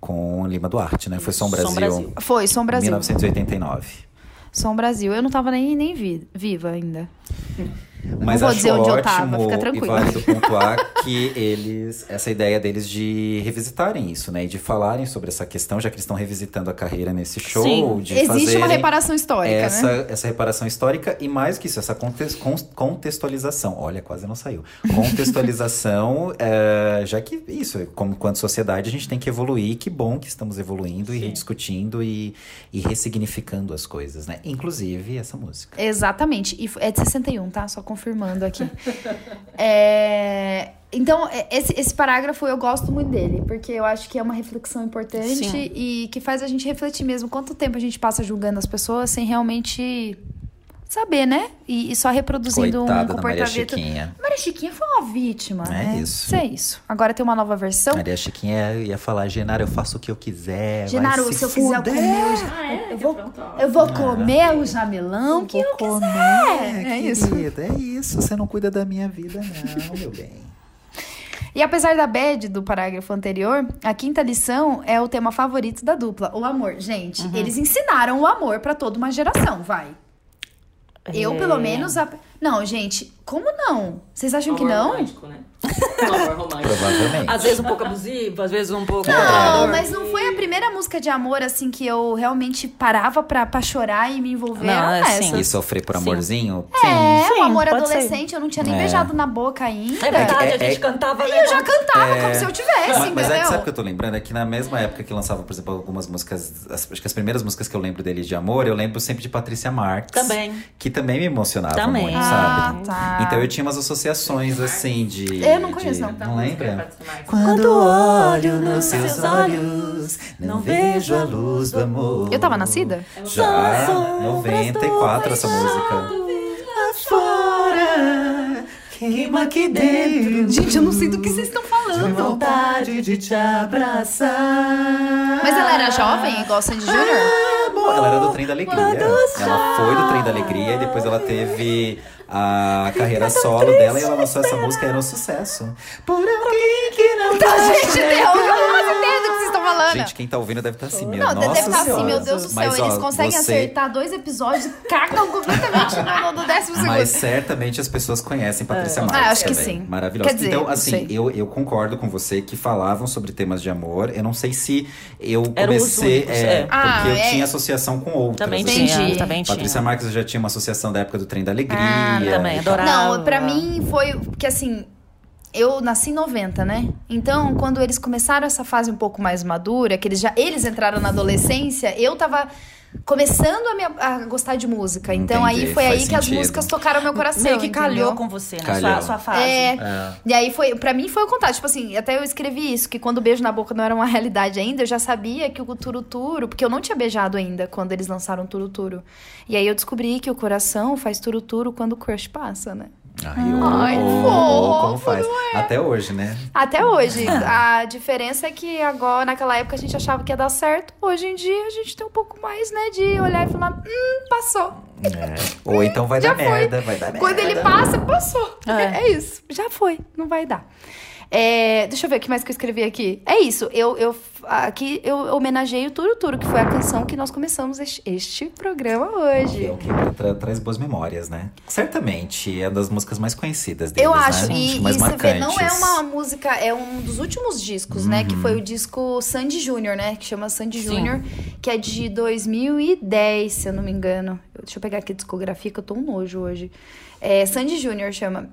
Com Lima Duarte, né? Foi Som Som Brasil, Brasil. Foi, Som Brasil. 1989. Som Brasil. Eu não tava nem, nem vi- viva ainda. Mas vou acho dizer onde eu tava, ótimo fica e tranquilo. válido pontuar que eles, essa ideia deles de revisitarem isso, né? E de falarem sobre essa questão, já que eles estão revisitando a carreira nesse show, Sim. de Existe uma fazerem reparação histórica, essa, né? essa reparação histórica e mais que isso, essa contes- con- contextualização. Olha, quase não saiu. Contextualização, é, já que isso, como quanto sociedade, a gente tem que evoluir. Que bom que estamos evoluindo e Sim. rediscutindo e, e ressignificando as coisas, né? Inclusive essa música. Exatamente. E f- é de 61, tá? Só confirmando aqui. É, Então, é- esse, esse parágrafo eu gosto muito dele, porque eu acho que é uma reflexão importante Sim. e que faz a gente refletir mesmo quanto tempo a gente passa julgando as pessoas sem realmente saber, né? E, e só reproduzindo Coitada um da Maria comportamento. Chiquinha. Maria Chiquinha foi uma vítima, É né? isso. é isso. Agora tem uma nova versão. Maria Chiquinha ia falar, Genaro, eu faço o que eu quiser. vai Genaro, se, eu quiser fuder." comer, eu, já- eu vou, eu vou comer o jamelão que eu quiser. É, isso. é isso. Você não cuida da minha vida, não, meu bem. E apesar da bad do parágrafo anterior, a quinta lição é o tema favorito da dupla, o amor. Gente, eles ensinaram o amor pra toda uma geração, vai. Eu, É. pelo menos... a- Não, gente, como não? Vocês acham Amor que não? romântico, né? Amor romântico. Provavelmente. Às vezes um pouco abusivo, às vezes um pouco. Não, controlador. mas não foi a primeira música de amor, assim, que eu realmente parava pra, pra chorar e me envolver. Não, era é essa. sim. E sofrer por Sim. amorzinho? É, Sim, um amor pode ser. adolescente, eu não tinha nem É. beijado na boca ainda. É verdade, a É, é, gente é. cantava. né? E eu já cantava como se eu tivesse, Mas, mas é que entendeu? sabe o que eu tô lembrando? É que na mesma época que lançava, por exemplo, algumas músicas, as- acho que as primeiras músicas que eu lembro dele de amor, eu lembro sempre de Patrícia Marques. Também. Que também me emocionava Também. muito, Ah, sabe? tá. Então eu tinha umas associações assim de. Eu não conheço, de- não. Não lembra? lembra? Quando olho nos seus olhos, não vejo a luz do amor. Eu tava nascida? Já, São 94 essa música. Fora, queima aqui dentro. Gente, eu não sei do que vocês estão falando. vontade de te abraçar. Mas ela era jovem, igual Sandy Júnior? Ela era do Trem da Alegria. Ela foi do Trem da Alegria e depois ela teve a carreira solo dela e ela lançou essa música e era um sucesso. Por alguém que não tá Então, vai gente, deu, eu não faço ideia do que vocês estão falando. Gente, quem tá ouvindo deve estar assim, meu, não, nossa deve estar assim, senhora. meu Deus do céu. Mas, ó, eles conseguem você- acertar dois episódios e cagam completamente no, no décimo segundo. Mas certamente as pessoas conhecem Patrícia Marques. Ah, acho que também. sim. Maravilhosa. Quer dizer, então, não assim, sei. eu, eu concordo com você que falavam sobre temas de amor. Eu não sei se eu Eram os comecei. únicos, é, é. Porque Ah, eu é. tinha associação com outras. Também assim. Entendi. tinha, também tinha. Patrícia Marques já tinha uma associação da época do Trem da Alegria. Ah, também, e tal. adorava. Não, é pra mim foi. Porque assim. Eu nasci em 90, né? Então, quando eles começaram essa fase um pouco mais madura, que eles já eles entraram na adolescência, eu tava começando a, me, a gostar de música. Então, Entendi, aí foi faz aí que as sentido. músicas tocaram meu coração. Meio que entendeu? calhou com você, né? Calhou. Sua, sua fase. É. É. E aí foi, pra mim foi o contato, tipo assim, até eu escrevi isso, que quando o beijo na boca não era uma realidade ainda, eu já sabia que o Turo Turo, porque eu não tinha beijado ainda quando eles lançaram o Turo Turo. E aí eu descobri que o coração faz Turo Turo quando o crush passa, né? Ai, ô, Ai, ô, fofo, é? como faz. Até hoje, né? Até hoje. A diferença é que agora, naquela época, a gente achava que ia dar certo. Hoje em dia, a gente tem um pouco mais, né, de olhar e falar, hum, passou. É. Ou então vai Já dar foi. merda, vai dar merda. Quando ele passa, passou. É. É. isso. Já foi. Não vai dar. É, deixa eu ver o que mais que eu escrevi aqui. É isso. Eu, eu, aqui eu homenageei o Turo Turo, que foi a canção que nós começamos este, este programa É o hoje. que tra- traz boas memórias, né? Certamente é uma das músicas mais conhecidas deles, eu né? acho, Acho e, que e mais você vê, não é marcantes. uma música, é um dos últimos discos, né? Que foi o disco Sandy Júnior, né? Que chama Sandy Sim. Júnior, que é de 2010, se eu não me engano. Eu- Deixa eu pegar aqui a discografia, que eu tô um nojo hoje. É, Sandy Júnior chama.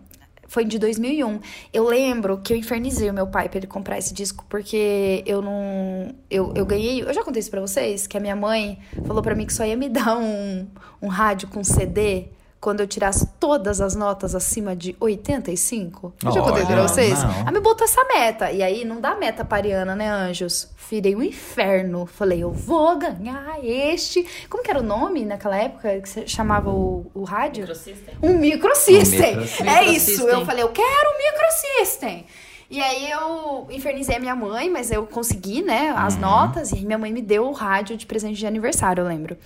Foi de 2001. Eu lembro que eu infernizei o meu pai pra ele comprar esse disco, porque eu não. Eu, eu ganhei. Eu já contei isso pra vocês, que a minha mãe falou pra mim que só ia me dar um, um rádio com CD quando eu tirasse todas as notas acima de 85. Eu já contei pra Olha, vocês? não. Ela me botou essa meta. E aí não dá meta pra Ariana, né, anjos? Virei um inferno. Falei, eu vou ganhar este. Como que era o nome naquela época que você chamava o, o rádio? Um microsystem. Um microsystem. É Microsystem. isso. Eu falei, eu quero um microsystem. E aí eu infernizei a minha mãe, mas eu consegui, né, Uhum. as notas, e aí minha mãe me deu o rádio de presente de aniversário, eu lembro.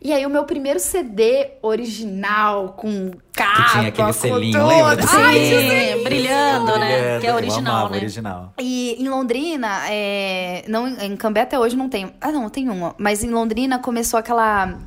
E aí o meu primeiro CD original, com capa, tinha aquele Ah, com selinho, tudo. lembra desse Ai, selinho? tinha o selinho. brilhando, né? Brilhando, Que é eu original, amava né? original. E em Londrina, é, não, em Cambé até hoje não tem. Ah, não, tem uma. Mas em Londrina começou aquela.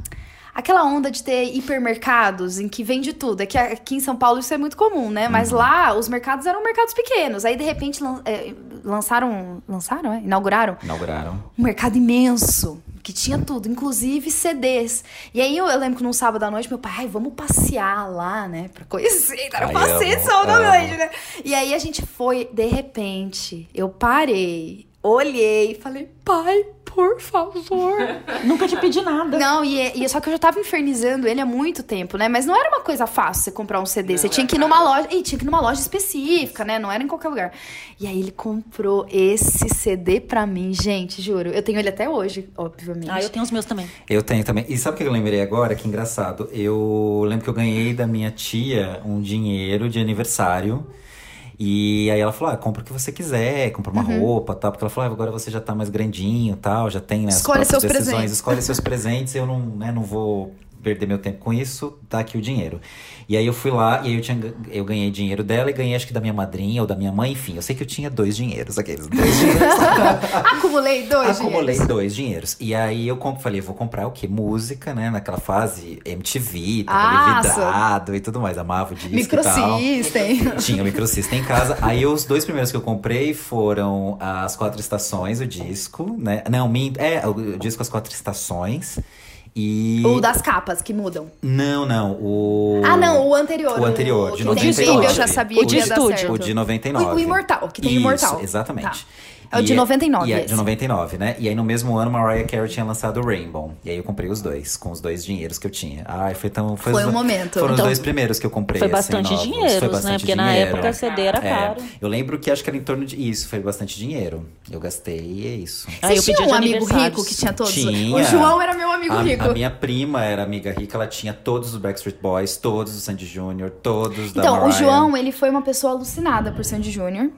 Aquela onda de ter hipermercados em que vende tudo. Aqui, aqui em São Paulo isso é muito comum, né? Mas lá os mercados eram mercados pequenos. Aí de repente lan- é, lançaram. Lançaram? É? Inauguraram? Inauguraram. um mercado imenso, que tinha tudo, inclusive CDs. E aí eu, eu lembro que num sábado à noite, meu pai, "Ai, vamos passear lá, né? Pra conhecer. Então, eu Ai, passei de amo, sábado à amo. noite, né? E aí a gente foi, de repente, eu parei, olhei, falei, pai, por favor. Nunca te pedi nada. Não, e, e só que eu já tava infernizando ele há muito tempo, né? Mas não era uma coisa fácil você comprar um CD. você Não, tinha é que ir numa loja. E tinha que ir numa loja específica, né? Não era em qualquer lugar. E aí ele comprou esse CD pra mim, gente, juro. Eu tenho ele até hoje, obviamente. Ah, eu tenho os meus também. Eu tenho também. E sabe o que eu lembrei agora? Que engraçado. Eu lembro que eu ganhei da minha tia um dinheiro de aniversário. E aí ela falou: ah, compra o que você quiser, compra uma Uhum. roupa tal. Porque ela falou: ah, agora você já tá mais grandinho tal, já tem né, as Escolha próprias seus decisões, presentes. escolhe seus presentes, eu não, né, não vou perder meu tempo com isso, tá aqui o dinheiro. E aí eu fui lá e aí eu, tinha, eu ganhei dinheiro dela e ganhei acho que da minha madrinha ou da minha mãe, enfim. Eu sei que eu tinha dois dinheiros, aqueles dois dinheiros. Acumulei dois, gente. Acumulei dois dinheiros. E aí eu comp- falei, vou comprar o quê? Música, né? Naquela fase MTV, tava Ah, ali vidrado e tudo mais. Amava o disco e Microsystem. tal. Tinha o microsystem em casa. Aí os dois primeiros que eu comprei foram As Quatro Estações, o disco, né? Não, min- é, o o disco As Quatro Estações. E. Ou das capas que mudam. Não, não. O. Ah, não, o anterior. O anterior, que de tem 98. Baby, Eu já sabia O que de ia dar estúdio. certo. O de 99. O, o Imortal, que tem Isso, Imortal. Exatamente. Tá. É o de E- 99 E é, esse. de 99, né? E aí no mesmo ano Mariah Carey tinha lançado o Rainbow. E aí eu comprei os dois, com os dois dinheiros que eu tinha. Ai, foi tão. Foi os- um momento. Foram Então, os dois primeiros que eu comprei. Foi assim, bastante novos. dinheiro, Foi né? bastante Porque na dinheiro. época CD era É. caro. Eu lembro que acho que era em torno de. Isso, foi bastante dinheiro. Eu gastei e é isso. Aí Ah, eu Vocês pedi tinham um de amigo aniversário. rico que tinha todos? Tinha. O João era meu amigo A, rico. a minha prima era amiga rica, ela tinha todos os Backstreet Boys, todos os Sandy Jr., todos da Então, o Mariah. João, ele foi uma pessoa alucinada por Sandy Júnior.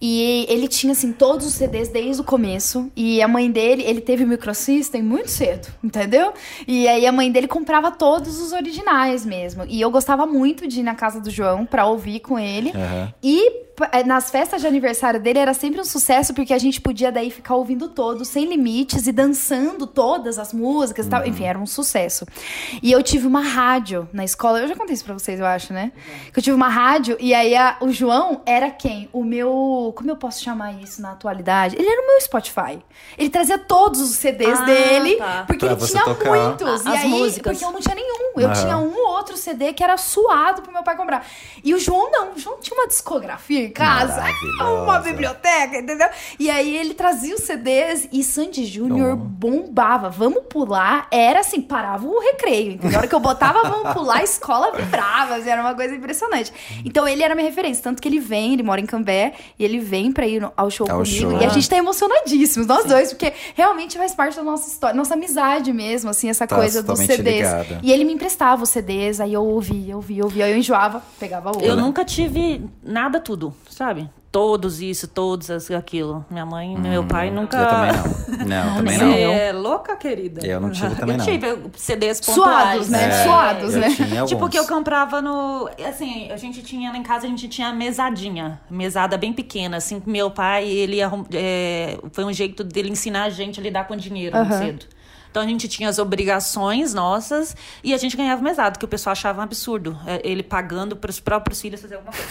E ele tinha, assim, todos os CDs desde o começo. E a mãe dele, ele teve microsystem muito cedo, entendeu? E aí a mãe dele comprava todos os originais mesmo. E eu gostava muito de ir na casa do João pra ouvir com ele. Aham. E p- eh, nas festas de aniversário dele era sempre um sucesso, porque a gente podia daí ficar ouvindo todos, sem limites, e dançando todas as músicas e tal. Uhum. Enfim, era um sucesso. E eu tive uma rádio na escola. Eu já contei isso pra vocês, eu acho, né? Uhum. Que eu tive uma rádio, e aí a- o João era quem? O meu. Como eu posso chamar isso na atualidade? Ele era o meu Spotify. Ele trazia todos os CDs Ah, dele, tá. porque Pra ele você tinha tocar. muitos. A- e as aí, músicas. porque eu não tinha nenhum. Eu Aham. tinha um ou outro CD que era suado pro meu pai comprar. E o João não. O João tinha uma discografia em casa, Maravilhosa. uma biblioteca, entendeu? E aí ele trazia os CDs e Sandy Júnior Bom. bombava. Vamos pular. Era assim, parava o recreio. Entendeu? Na hora que eu botava vamos pular, a escola vibrava. assim, era uma coisa impressionante. Então ele era minha referência. Tanto que ele vem, ele mora em Cambé, e ele vem pra ir no- ao show Ao comigo. show. E a gente tá emocionadíssimos, nós dois, porque realmente faz parte da nossa história, nossa amizade mesmo, assim, essa Tá coisa dos totalmente CDs. ligada. E ele me emprestava os CDs, aí eu ouvia, ouvia, ouvia, aí eu enjoava, pegava outro. Eu nunca tive nada tudo, sabe? Todos isso, todos as- aquilo. Minha mãe e meu pai nunca... Hum, Eu também não. Não, também Você não. é louca, querida? Eu não tive também Eu não. tive CDs Suados, pontuais. né? É, Suados, eu né? tinha Tipo, alguns. que eu comprava no. Assim, a gente tinha lá em casa, a gente tinha mesadinha. Mesada bem pequena, assim, que meu pai, ele arrum- é, foi um jeito dele ensinar a gente a lidar com dinheiro muito Aham. cedo. Então a gente tinha as obrigações nossas e a gente ganhava mesado, que o pessoal achava um absurdo. é, Ele pagando para os próprios filhos fazer alguma coisa.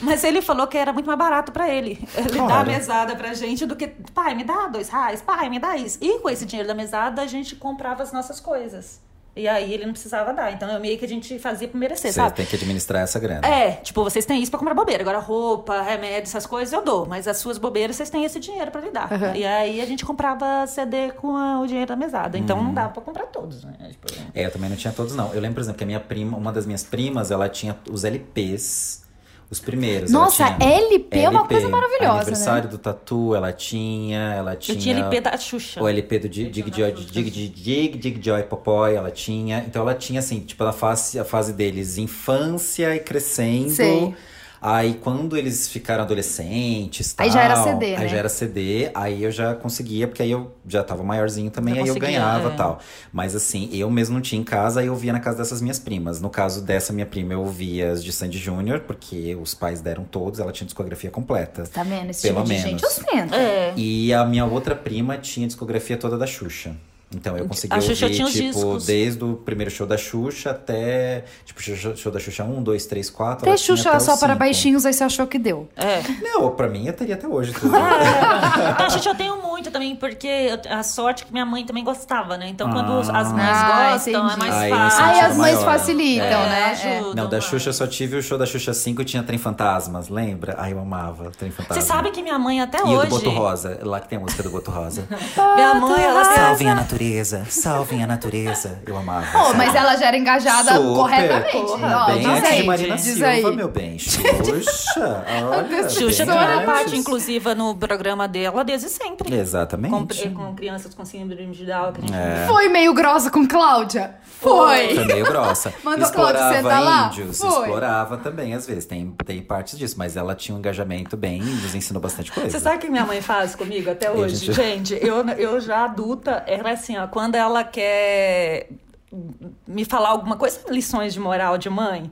Mas ele falou que era muito mais barato para ele. é, Ele dá a Claro. mesada pra gente do que, pai, me dá dois reais, pai, me dá isso. E com esse dinheiro da mesada, a gente comprava as nossas coisas. E aí ele não precisava dar. Então eu meio que a gente fazia pra merecer, Você sabe? tem que administrar essa grana. É, tipo, vocês têm isso pra comprar bobeira. Agora, roupa, remédio, essas coisas eu dou. Mas as suas bobeiras, vocês têm esse dinheiro pra lidar. E aí a gente comprava CD com a- o dinheiro da mesada. Então Hum. não dava pra comprar todos, né? Tipo, É, eu também não tinha todos, não. Eu lembro, por exemplo, que a minha prima, uma das minhas primas, ela tinha os LPs, os primeiros. ela Nossa, tinha LP é uma coisa maravilhosa, Aniversário do Tatu, ela tinha, ela tinha. eu tinha LP da Xuxa. O LP do Dig Dig Joy, Dig Dig Dig Dig Joy Popoy, ela tinha. Então ela tinha, assim, tipo, ela faz, a fase deles infância e crescendo. Sei. Aí quando eles ficaram adolescentes, tal, Aí já era CD, aí né? já era CD, aí eu já conseguia, porque aí eu já tava maiorzinho também, Já aí eu conseguia, ganhava é. tal. Mas assim, eu mesmo não tinha em casa, aí eu via na casa dessas minhas primas. No caso dessa minha prima, eu via as de Sandy Júnior, porque os pais deram todos, ela tinha discografia completa. Tá vendo? Esse Pelo tipo de menos. gente ostenta. É. E a minha outra prima tinha a discografia toda da Xuxa. Então eu consegui A Xuxa ouvir, tinha os tipo, discos. desde o primeiro show da Xuxa até. Tipo, show, show da Xuxa 1, 2, 3, 4. Tem ela tinha Xuxa lá até o só para cinco. baixinhos, aí você achou que deu. É. Não, pra mim eu teria até hoje tudo. Ah, A gente eu tenho muito também, porque eu- a sorte é que minha mãe também gostava, né? Então, quando Ah. as mães Ah, gostam, é entendi. mais Aí, fácil. nesse Aí as sentido mães maior, né? facilitam, né? É. ajudam, Não, da mas- Xuxa eu só tive o show da Xuxa 5 e tinha Trem Fantasmas, lembra? Ai, eu amava Trem Fantasmas. Você sabe que minha mãe até Tá E o hoje. do Boto Rosa, lá que tem a música do Boto Rosa. Ah, Minha tá mãe, ela sempre. salvem a natureza, salvem a natureza. Eu amava. Pô, sabe? mas ela já era engajada Super. corretamente. Porra, Ó, bem diz antes de aí, Marina diz Silva, aí. meu bem. Xuxa, olha. Xuxa bem tem uma antes. parte inclusiva no programa dela desde sempre. Com, Exatamente. com crianças com síndrome de Down, que a gente É, Foi meio grossa com Cláudia? Foi. Foi meio grossa. Mandou a Cláudia explorava sentar lá? índios, Foi. explorava também, às vezes. Tem, tem partes disso, mas ela tinha um engajamento bem, nos ensinou bastante coisa. Você sabe o que minha mãe faz comigo até hoje? gente. Gente, eu, eu já adulta, era assim, ó, quando ela quer me falar alguma coisa, lições de moral de mãe,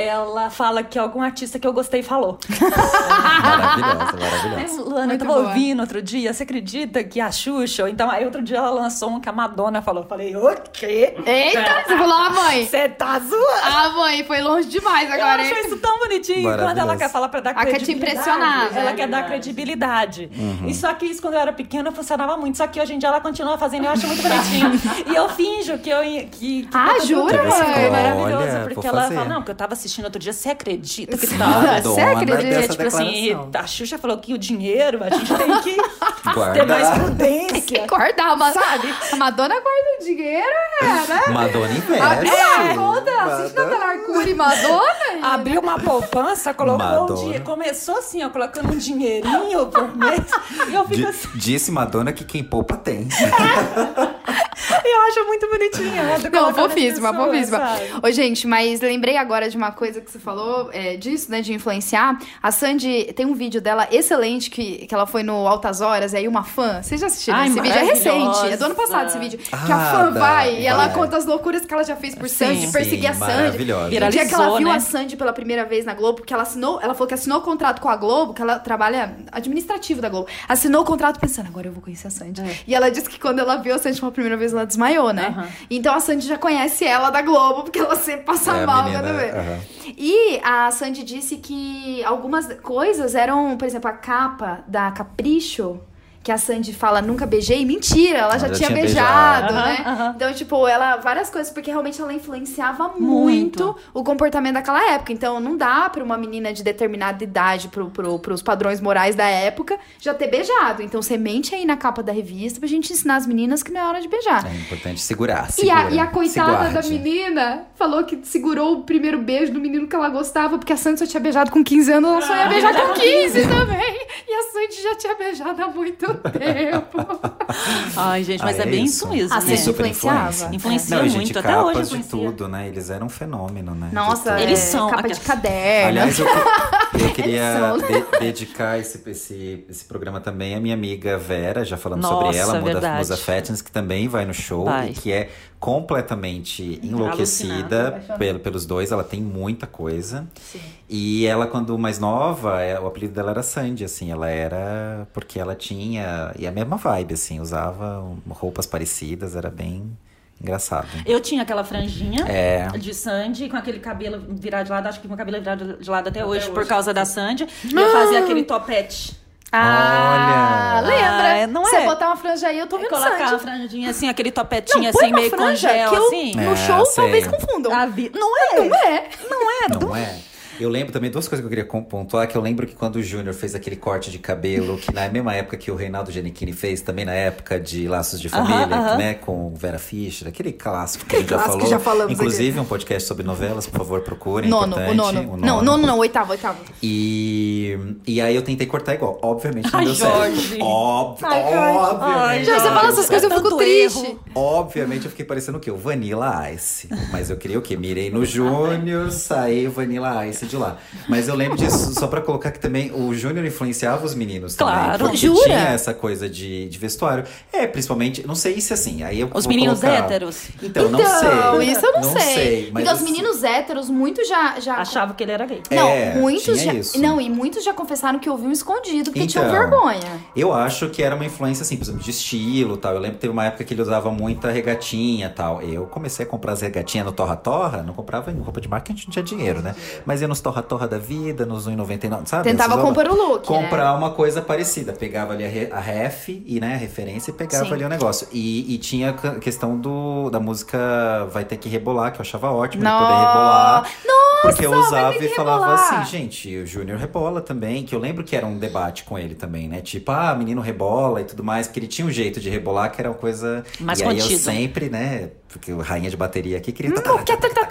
ela fala que algum artista que eu gostei falou. Tá. Maravilhosa, Mas, maravilhosa. Luana, Muito eu tava boa. ouvindo outro dia, você acredita que a Xuxa? ou Então, aí outro dia ela lançou um que a Madonna falou. Eu falei, o quê? Eita, você falou, ah, mãe. Você tá zoando? Ah, mãe, foi longe demais Eu agora, hein? achei isso tão bonitinho. Quando ela Maravilhoso. quer falar pra dar Ela quer te credibilidade. impressionar, né? Ela quer dar credibilidade. Uhum. E só que isso, quando eu era pequena, funcionava muito. Só que hoje em dia ela continua fazendo e eu acho muito bonitinho. e eu finjo que eu. Que, que Ah, tá tudo jura, bem, mãe? que é maravilhoso. Olha, vou porque ela fazer. fala, não, porque eu tava assistindo outro dia, você acredita que Madonna tal? Você acredita? dessa tipo assim, declaração. a Xuxa falou que o dinheiro, a gente tem que ter mais Guardar. É prudência. Guardar, mas A Madonna guarda o dinheiro, é, né? Madonna investe. Abriu a conta, assiste na Madonna- Telarcuri, Madonna. Abriu uma poupança, colocou Madonna. um dinheiro. Começou assim, ó, colocando um dinheirinho por mês. E eu fico assim, Di- Disse Madonna que quem poupa tem. eu acho muito bonitinho. né, do Não, colocar nas fofíssima, pessoas, fofíssima. sabe? Ô, gente, mas lembrei agora de uma coisa que você falou é, disso, né? De influenciar. A Sandy tem um vídeo dela excelente que, que ela foi no Altas Horas, e aí uma fã. Vocês já assistiram Ai, esse vídeo? É maravilhosa. recente, é do ano passado esse vídeo. que a Ah, fã da- vai e ela vai. conta as loucuras que ela já fez por Sim. Sandy, de perseguir Sim, a Sandy. Maravilhosa. O dia que Viralizou, ela viu né? a Sandy pela primeira vez na Globo, porque ela assinou, ela falou que assinou o contrato com a Globo, que ela trabalha administrativo da Globo. Assinou o contrato pensando, agora eu vou conhecer a Sandy. E ela disse que quando ela viu a Sandy pela primeira vez, ela desmaiou, né? Aham. Então a Sandy já conhece ela da Globo, porque ela sempre passa É, a mal menina, quando vê. aham. E a Sandy disse que algumas coisas eram, por exemplo, a capa da Capricho. Que a Sandy fala, nunca beijei. Mentira, ela já, tinha, beijado, Aham, né? aham. Então, tipo, ela. Várias coisas, porque realmente ela influenciava muito, Muito. o comportamento daquela época. Então, não dá pra uma menina de determinada idade, pro, pro, pros padrões morais da época, já ter beijado. Então, você mente aí na capa da revista pra gente ensinar as meninas que não é hora de beijar. É importante segurar, E segura, a, e a se coitada da guarde. menina falou que segurou o primeiro beijo do menino que ela gostava, porque a Sandy só tinha beijado com 15 anos, ela só Ah. ia beijar com 15 também. E a Sandy já tinha beijado há muito tempo. Ai, gente, mas Ah, é, bem isso mesmo. Ah, né? sim, Isso super influenciava. influencia. Influencia Não, e, gente, muito, até capas hoje de influencia. tudo, né? Eles eram um fenômeno, né? de Nossa, tudo. Eles é, são capa aquelas- de É, caderno. né? Aliás, eu, eu queria Eles de- dedicar esse, esse, esse programa também à minha amiga Vera, já falamos sobre Nossa, ela, Muda, verdade. Musa Fatness, que também vai no show Vai. e que é completamente enlouquecida apaixonada. pelo- pelos dois. Ela tem muita coisa. E ela, quando mais nova, é- o apelido dela era Sandy, assim, ela era. Porque ela tinha. E a mesma vibe, assim, usava um- roupas parecidas, era bem engraçado. Eu tinha aquela franjinha É. de Sandy, com aquele cabelo virado de lado. Acho que meu cabelo é virado de lado até, hoje, por causa da Sandy. E eu fazia aquele topete. Ah, Olha. lembra? Ah, é, não Você é. botar uma franja aí, eu tô Eu vendo colocava a Sandy. franjinha assim, aquele Não, põe topetinho assim, uma meio franja, congel, que eu- assim. No É, show, sei. talvez confundam. A vi- Não é? Não é? Não é? Eu lembro também duas coisas que eu queria com- pontuar, que eu lembro que quando o Júnior fez aquele corte de cabelo, que na mesma época que o Reinaldo Giannichini fez, também na época de Laços de Família, aham. né, com Vera Fischer, aquele clássico que a gente já clássico falou. que já falamos né? Inclusive, um podcast sobre novelas, por favor, procurem. é Nono, importante, o nono. Não, nono não, oitavo, oitavo. E, e aí eu tentei cortar igual. Obviamente não Ai, deu Jorge. certo. Óbvio. Ai, Jorge. Ai, Obviamente. Gente, você Jorge. fala essas É coisas, eu fico tanto triste. erro. Obviamente eu fiquei parecendo o quê? O Vanilla Ice. Mas eu queria o quê? Mirei no Júnior, saí Vanilla Ice de lá. Mas eu lembro disso só pra colocar que também o Júnior influenciava os meninos Claro. também. Porque Jura? tinha essa coisa de, de vestuário. É, principalmente, não sei se assim, aí eu Os vou meninos colocar... héteros. Então, não sei. isso eu não, sei. Porque mas os assim, meninos héteros, muitos já. já... Achava que ele era gay. Não, É, muitos tinha já. isso. Não, e muitos já confessaram que ouviam escondido, porque tinham Então. vergonha. Eu acho que era uma influência, assim, por exemplo, de estilo e tal. Eu lembro que teve uma época que ele usava muita regatinha e tal. Eu comecei a comprar as regatinhas no Torra Torra, não comprava em roupa de marca, a gente não tinha dinheiro, né? Mas ia nos Torra Torra da vida, nos 1,99, sabe? Tentava Nesses comprar o look. né? comprar uma coisa parecida. Pegava ali a, re- a ref e, né, a referência e pegava Sim. ali o negócio. E, e tinha a ca- questão do, da música Vai Ter Que Rebolar, que eu achava ótimo ele Nó- poder rebolar. Porque eu Nossa, usava Vai Ter e Que falava Rebolar. assim, gente, o Júnior rebola também. Que eu lembro que era um debate com ele também, né? Tipo, ah, menino rebola e tudo mais. Porque ele tinha um jeito de rebolar que era uma coisa... Mais e aí eu contido. sempre, né, porque o rainha de bateria aqui queria... Hum, quer tentar-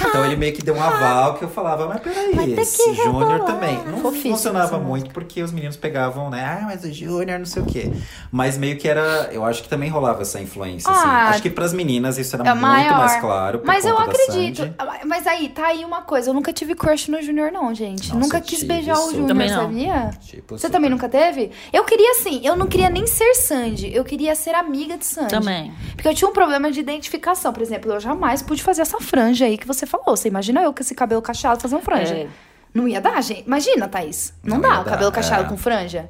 Então ele meio que Ah. deu um aval que eu falava, mas peraí, esse né? Júnior também. Não Fofíssimo essa funcionava muito porque os meninos pegavam, né? Ah, mas o Júnior, não sei o quê. Mas meio que era. Eu acho que também rolava essa influência. assim. Ah, Acho que pras meninas isso era é tá muito maior. mais claro. por Mas eu conta da acredito. Sandy. Mas aí, tá aí uma coisa. Eu nunca tive crush no Júnior, não, gente. Nossa, nunca eu quis tive, beijar o super. Júnior, Também não. sabia? Tipo, Você super. também nunca teve? Eu queria assim, eu não queria nem ser Sandy, eu queria ser amiga de Sandy. Também. Porque eu tinha um problema de identificação, por exemplo, eu jamais pude fazer essa franja aí que você falou. Você imagina eu com esse cabelo cacheado fazendo franja? É. Não ia dar, gente. Imagina, Thaís. Não, Não dá, ia o cabelo dar, cacheado é. com franja.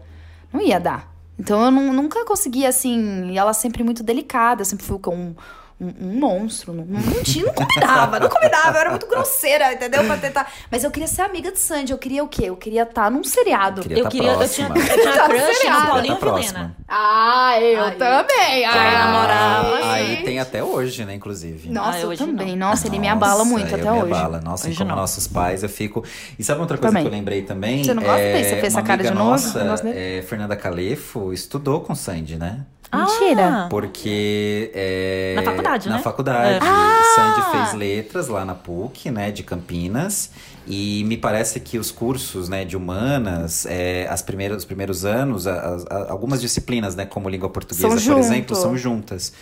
Não ia dar. Então eu nu- nunca consegui assim, e ela sempre muito delicada, eu sempre fui com um, um- um monstro, não, não, não tinha- não convidava, não convidava, eu era muito grosseira, entendeu? Pra tentar. Mas eu queria ser amiga de Sandy, eu queria o quê? Eu queria estar num seriado. Queria Eu tá queria. Eu tinha, próxima. eu tinha Tá crush seriado. no Tá Paulinho próxima. Vilhena. Ah, eu Aí. também. Ai, Ah, namorava, sim. Aí tem até hoje, né, inclusive. Nossa, Ah, eu hoje não. também. Nossa, ele me abala muito eu até me hoje. Abala. Nossa, Hoje como não. nossos pais, eu fico. E sabe outra coisa Também. que eu lembrei também? É, Você não gosta dele? Você fez essa uma cara amiga de novo? Eu não Nossa, gosto dele. é, Fernanda Calefo estudou com Sandy, né? Ah, Mentira. Porque. é, Na faculdade, na né? faculdade. É. Sandy fez letras lá na PUC, né, de Campinas. E me parece que os cursos, né, de humanas, é, as primeiras, os primeiros anos, a- a- a- algumas disciplinas, né, como língua portuguesa, São por junto. exemplo, são juntas.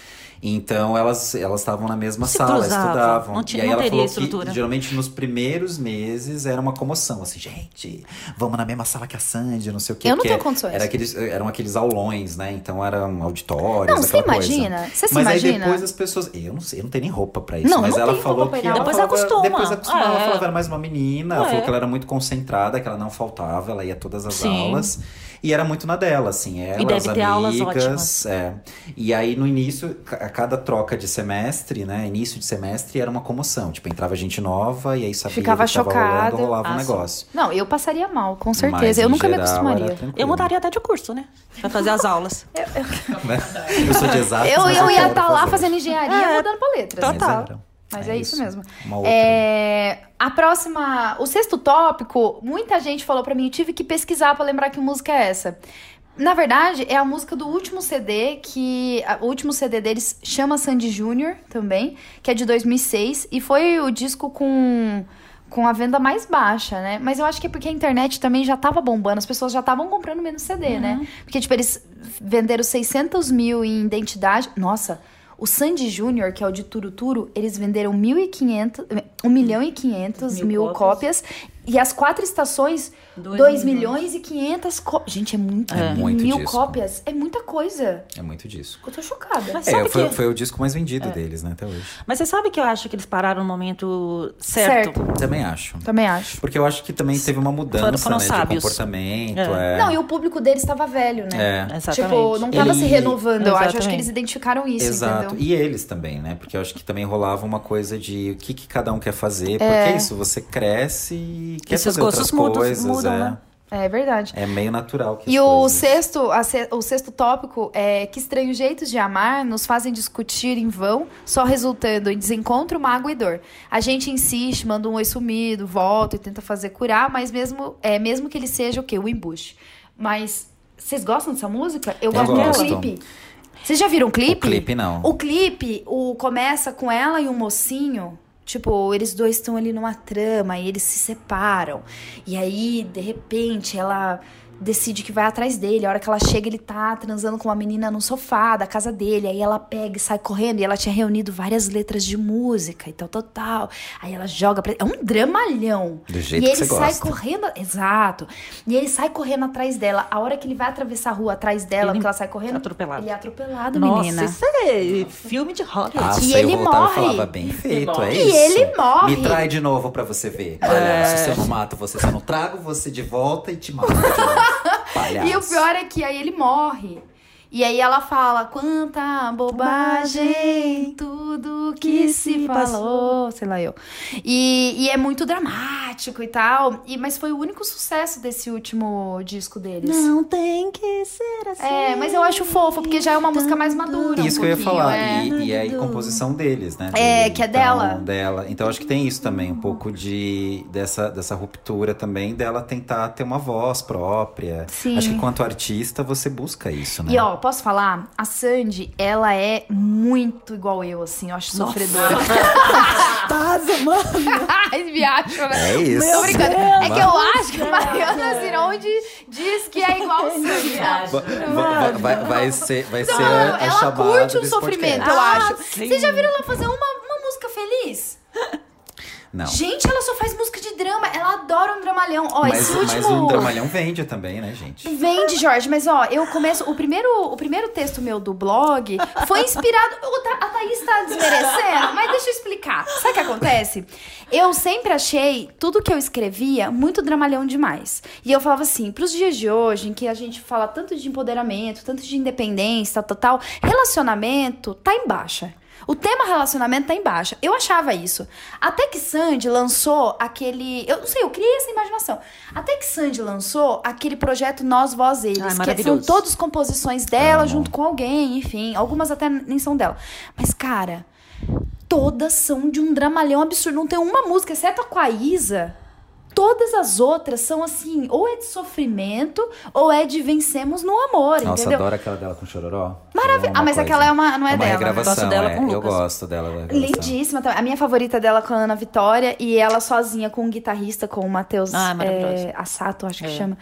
Então elas elas estavam na mesma Se sala, cruzavam. estudavam. Não tinha- e aí não ela teria falou estrutura. que geralmente nos primeiros meses era uma comoção, assim, gente, vamos na mesma sala que a Sandy, não sei o que. Eu não que tenho é- condições. era aqueles, eram aqueles aulões, né? Então eram auditórios, Não, você aquela coisa. imagina? Você se Mas aí imagina? depois as pessoas. Eu não sei, eu não tenho nem roupa pra isso. Não, eu mas não ela tenho falou roupa pra ir que. na Ela aula. Depois acostuma. Depois acostuma. Ela É. falava que era mais uma menina. Ela É. falou que ela era muito concentrada, que ela não faltava, ela ia a todas as Sim. aulas. E era muito na dela, assim. Ela, deve as ter aulas amigas. ótimas. É. E aí no início, ca- a cada troca de semestre, né? Início de semestre era uma comoção. Tipo, entrava gente nova e aí sabia Ficava o que tava chocada. rolando, rolava um Ah, sim. negócio. Não, eu passaria mal, com certeza. Mas, eu em nunca me geral, era acostumaria. tranquilo, Eu mudaria até de curso, né? Pra fazer as aulas. né? Eu sou de exatas, Eu, mas eu ia quero estar lá fazer. fazendo engenharia, É, mudando pra letras. Mas total. era. Mas é, isso mesmo. Uma outra. É, a próxima, o sexto tópico, muita gente falou pra mim, eu tive que pesquisar pra lembrar que música é essa. Na verdade, é a música do último CD que a- o último CD deles chama Sandy Júnior também, que é de 2006 e foi o disco com com a venda mais baixa, né? Mas eu acho que é porque a internet também já tava bombando, as pessoas já estavam comprando menos CD, Uhum. né? Porque, tipo, eles venderam 600 mil em identidade. Nossa, o Sandy Júnior, que é o de Turo Turo, eles venderam 1.500, 1 eh, milhão e 500 Mil mil cópias. E as quatro estações, Dois 2 milhões. milhões e 500 cópias. Gente, é muito. Ah. É muito mil disco. cópias é muita coisa. É muito disco. Eu tô chocada. Mas É, sabe foi, que... foi o disco mais vendido É. deles, né, até hoje. Mas você sabe que eu acho que eles pararam no momento certo. Também acho. Também acho. Porque eu acho que também teve uma mudança Foram- foram né, de sábios. comportamento. É. É. Não, e o público deles estava velho, né? É. Exatamente. Tipo, não tava Ele- se renovando, eu acho. Eu acho que Exatamente. eles identificaram isso, Exato. entendeu? E eles também, né? Porque eu acho que também rolava uma coisa de o que, que cada um quer fazer. Porque é isso, você cresce e quer seus fazer outras gostos mudam, coisas. mudam, é. né? É verdade. é meio natural que E as o coisas- sexto, a se- o sexto tópico é que estranhos jeitos de amar nos fazem discutir em vão, só resultando em desencontro, mágoa e dor. A gente insiste, manda um oi sumido, volta e tenta fazer curar, mas mesmo, é, mesmo que ele seja o quê? O embuste. Mas vocês gostam dessa música? Eu, gosto gosto. do clipe. Vocês já viram o clipe? O clipe, não. O clipe, o começa com ela e um mocinho. Tipo, eles dois estão ali numa trama e eles se separam. E aí, de repente, ela decide que vai atrás dele. A hora que ela chega, ele tá transando com uma menina no sofá da casa dele. Aí ela pega e sai correndo. E ela tinha reunido várias letras de música e tal, tal, tal. Aí ela joga pra... É um dramalhão. Do jeito e que ele você sai gosta. correndo... Exato. E ele sai correndo atrás dela. A hora que ele vai atravessar a rua atrás dela, Ele porque ela sai correndo... atropelado. Ele é atropelado, Nossa, menina. isso é filme de Hollywood. Ah, E se ele eu voltava morre. e falava bem feito, é E isso. ele morre. Me trai de novo pra você É. ver. Palhaço, se eu não mato você, se eu não trago você de volta e te mato. de novo. Palhaço. E o pior é que aí ele morre. E aí ela fala, quanta bobagem, tudo que se falou, sei lá eu. E, e é muito dramático e tal. E, mas foi o único sucesso desse último disco deles. Não tem que ser assim. É, mas eu acho fofo, porque já é uma música mais madura. um Isso que eu ia pouquinho, falar. é. E, e aí, composição deles, né? É, que é Então, dela. dela. Então, acho que tem isso também, um pouco de dessa, dessa ruptura também dela tentar ter uma voz própria. Sim. Acho que quanto artista, você busca isso, né? E ó, posso falar? A Sandy, ela é muito igual eu, assim, eu acho sofredora. Ah. Tá Paz, mano. Ai, me acho, né? É isso. Tô brincando. Deus. É que eu acho que a Mariana Ziroldi diz que é igual a Sandy. Va- va- va- vai, vai ser, vai ser Não, a, a ela chamada curte o é desse sofrimento, podcast. eu acho. sim. Vocês já viram ela fazer uma, uma música feliz? Não. Gente, ela só faz música de drama. Ela adora um dramalhão. Ó, Mas, esse mas último. o dramalhão vende também, né, gente? Vende, Jorge, mas ó, eu começo. O primeiro, o primeiro texto meu do blog foi inspirado. o Tha- a Thaís tá desmerecendo, mas deixa eu explicar. Sabe o que acontece? Eu sempre achei tudo que eu escrevia muito dramalhão demais. E eu falava assim, pros dias de hoje, em que a gente fala tanto de empoderamento, tanto de independência, tal, tal, tal, relacionamento tá em baixa. O tema relacionamento tá em baixa. Eu achava isso. Até que Sandy lançou aquele. Eu não sei, eu criei essa imaginação. Até que Sandy lançou aquele projeto Nós, Vós, Eles. Ai, que é- são maravilhoso. todas composições dela junto com alguém, enfim. Algumas até nem são dela. Mas, cara, todas são de um dramalhão absurdo. Não tem uma música, exceto a com a Isa. Todas as outras são assim, ou é de sofrimento, ou é de vencemos no amor, Nossa, entendeu? adoro aquela dela com chororó. Maravilha. Eu amo Ah, mas coisa. aquela é uma, não é, uma dela. né? regravação, Gosto dela é. com o Eu Lucas. gosto dela. da regravação. Lindíssima também. A minha favorita dela é com a Ana Vitória e ela sozinha com o guitarrista, com o Matheus Ah, maravilhoso. é, Assato, acho que É. chama.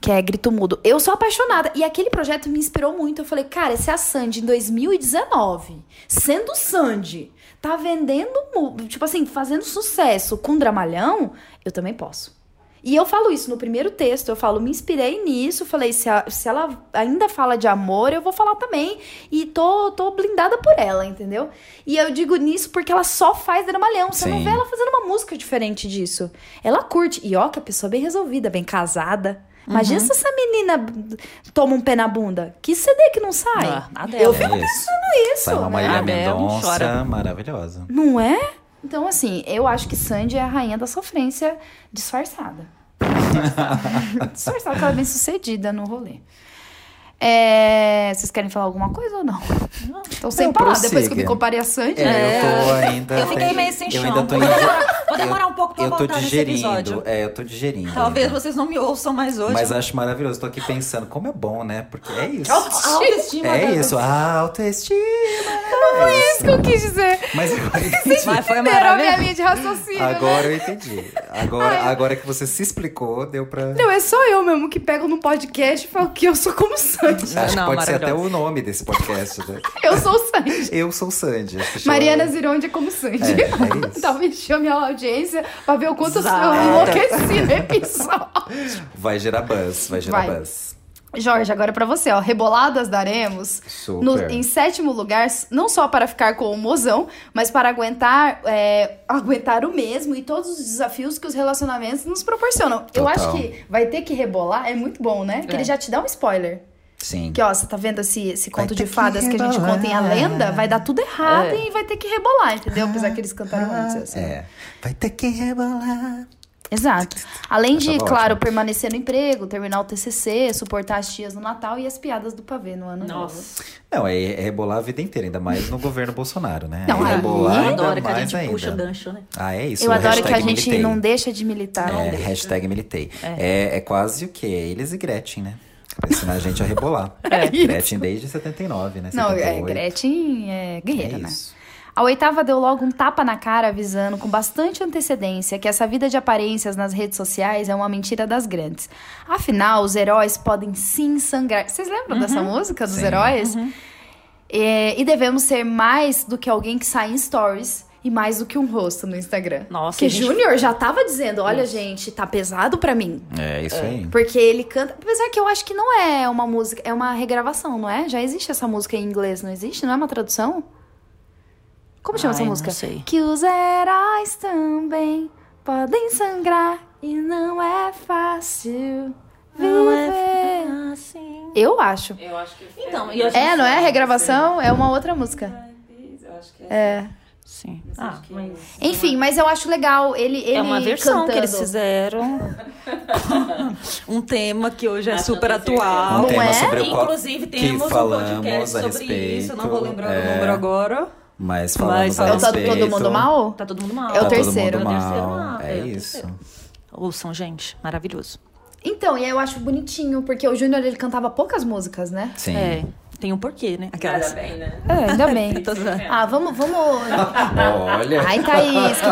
Que é Grito Mudo. Eu sou apaixonada. E aquele projeto me inspirou muito. Eu falei, cara, se a Sandy em 2019, sendo Sandy, tá vendendo, mu- tipo assim, fazendo sucesso com dramalhão, eu também posso. E eu falo isso no primeiro texto, eu falo, me inspirei nisso, falei, se, a- se ela ainda fala de amor, eu vou falar também. E tô, tô blindada por ela, entendeu? E eu digo nisso porque ela só faz dramalhão. Você não Sim. vê ela fazendo uma música diferente disso. Ela curte. E ó, que a pessoa é bem resolvida, bem casada. Imagina Uhum. se essa menina b- toma um pé na bunda. Que CD que não sai? Ah, a dela. eu É fico isso. pensando isso. Sai uma né? Marília Abel, Mendonça, chora. maravilhosa. Não é? Então, assim, eu acho que Sandy é a rainha da sofrência disfarçada. disfarçada, que ela é bem sucedida no rolê. É, Vocês querem falar alguma coisa ou não? Estão sem Não, palavra, depois que prossiga. eu me comparei a Sandy. né? É, eu tô ainda. Eu fiquei meio sem Eu chão. ainda tô Vou indi- demorar- Vou demorar um pouco pra Eu tô voltar nesse digerindo. episódio. É, eu tô digerindo. Talvez ainda. vocês não me ouçam mais hoje. Mas acho maravilhoso. Tô aqui pensando, como é bom, né? Porque é isso. A autoestima É da- isso, a autoestima. Não foi isso que eu quis dizer. Mas eu entendi. Mas foi Primeiro, a minha maravilhoso. linha de raciocínio, né? Agora eu entendi. Agora, agora que você se explicou, deu pra. Não, é só eu mesmo que pego no podcast e falo que eu sou como Sandy. Acho Não, que pode ser até maravilhoso. o nome desse podcast. Né? Eu sou Sandy. Eu sou Sandy. acho que chama- Mariana Zironde é como Sandy. É, é isso. Talvez chame a audiência pra ver o quanto eu Exato. enlouqueci no episódio. Vai gerar buzz, vai gerar Vai. buzz. Jorge, agora é pra você, ó. Reboladas daremos Super. no- em sétimo lugar, não só para ficar com o mozão, mas para aguentar, é, aguentar o mesmo e todos os desafios que os relacionamentos nos proporcionam. Eu Total. acho que vai ter que rebolar, é muito bom, né? Que É. ele já te dá um spoiler. Sim. Que, ó, você tá vendo esse, esse conto ter de que fadas que a gente rebolar. conta em A Lenda? Vai dar tudo errado É. e vai ter que rebolar, entendeu? Apesar que eles cantaram antes. Assim. É. Vai ter que rebolar. Exato. Além de, Tava claro, ótimo. permanecer no emprego, terminar o TCC, suportar as tias no Natal e as piadas do pavê no ano novo. Nossa. Não, é, é rebolar a vida inteira, ainda mais no governo Bolsonaro, né? Não, é aí- rebolar Eu ainda adoro que a mais gente ainda. puxa o gancho, né? Ah, é isso. Eu né? adoro que a Hashtag gente militei. não deixa de militar. É, hashtag militei. É. é quase o quê? Eles e Gretchen, né? Pra ensinar a gente a rebolar. É isso. Gretchen desde 79, né? Não, é, 78. Gretchen é guerreira, É né? isso. A oitava deu logo um tapa na cara, avisando com bastante antecedência que essa vida de aparências nas redes sociais é uma mentira das grandes. Afinal, os heróis podem sim sangrar. Vocês lembram dessa música dos Uhum. Sim. Uhum. heróis? É, e devemos ser mais do que alguém que sai em stories e mais do que um rosto no Instagram. Nossa, que a gente- Júnior já tava dizendo, olha gente, tá pesado pra mim. É isso aí. Porque ele canta. Apesar que eu acho que não é uma música, é uma regravação, não é? Já existe essa música em inglês, não existe? Não é uma tradução? Como chama Ai, essa não música? sei. Que os heróis também podem sangrar e não é fácil viver. é Assim. Eu acho. Eu acho que. Então, e a gente- É, não é a regravação? É uma outra música. Eu acho que é. É. Sim. Mas Ah, acho que- é mas Enfim, mas é eu acho legal ele, ele é uma versão que eles cantando. fizeram. um tema que hoje é Mas não super tem atual. Um certeza. Não é? Inclusive, que temos um falamos podcast a sobre isso. Não vou lembrar o é, número agora. Mas falamos Mas a Então tá respeito. todo mundo mal? Tá todo mundo mal. É o Tá terceiro. Todo mundo É o terceiro mal. mal, É, é o isso. terceiro. Ouçam, gente. Maravilhoso. Então, e aí eu acho bonitinho, porque o Júnior ele cantava poucas músicas, né? Sim. É. Tem um porquê, né? Aquelas. Nada bem, né? É, ainda bem. Tô zoando. Ah, vamos, vamos. Olha. então, Ai, Thaís, que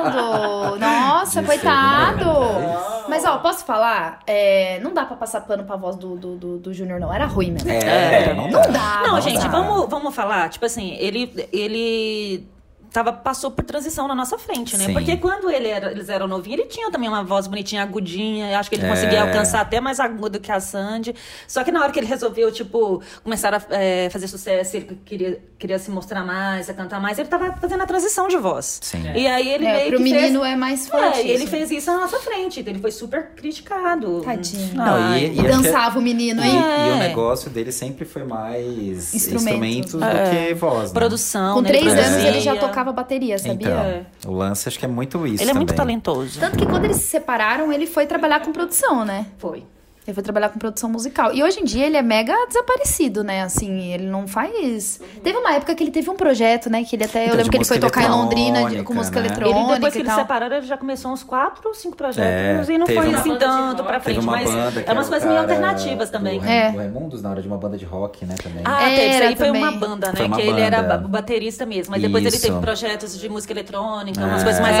pesado! Nossa, Disse, coitado! né? Mas ó, posso falar? É, não dá pra passar pano pra voz do, do, do, do Júnior, não. Era ruim mesmo. É, não dá. Não, Não gente, dá. Ah, vamos, vamos falar. Tipo assim, ele. ele... Tava, passou por transição na nossa frente, né? Sim. Porque quando ele era- eles eram novinhos, ele tinha também uma voz bonitinha, agudinha. Eu Acho que ele É. conseguia alcançar até mais agudo que a Sandy. Só que na hora que ele resolveu, tipo, começar a é, fazer sucesso, ele queria, queria se mostrar mais, a cantar mais, ele tava fazendo a transição de voz. Sim. E aí ele É, meio pro que menino fez... é mais forte. É, e ele isso. fez isso na nossa frente. Então ele foi super criticado. Hum. Tadinho. Não, Ai, e- E acho que- dançava o menino, E, hein? É. e o negócio dele sempre foi Instrumentos. mais instrumentos, do que voz. né? É. Produção, Com né, três produzia. anos ele já produzia. tocava bateria, sabia? Então, o lance acho que é muito isso. Ele é muito também. talentoso. Tanto que quando eles se separaram, ele foi trabalhar com produção, né? Foi. Ele foi trabalhar com produção musical. E hoje em dia ele é mega desaparecido, né? Assim, ele não faz. Teve uma época que ele teve um projeto, né? Que ele até. eu Então, de lembro que ele foi música tocar em Londrina de- com eletrônica, música né? eletrônica Ele, depois que e ele tal. separaram, ele já começou uns quatro ou cinco projetos É, e não teve foi uma- assim Uma banda de tanto rock. pra Teve frente. uma Mas banda que é umas era o coisas meio cara alternativas também. Do, É. é. do Raimundos, na hora de uma banda de rock, né, também. Ah, teve isso aí, Era foi uma também. banda, né? Foi uma que ele era banda. ba- baterista mesmo. Mas depois ele Isso. teve projetos de música eletrônica, umas É. coisas mais É.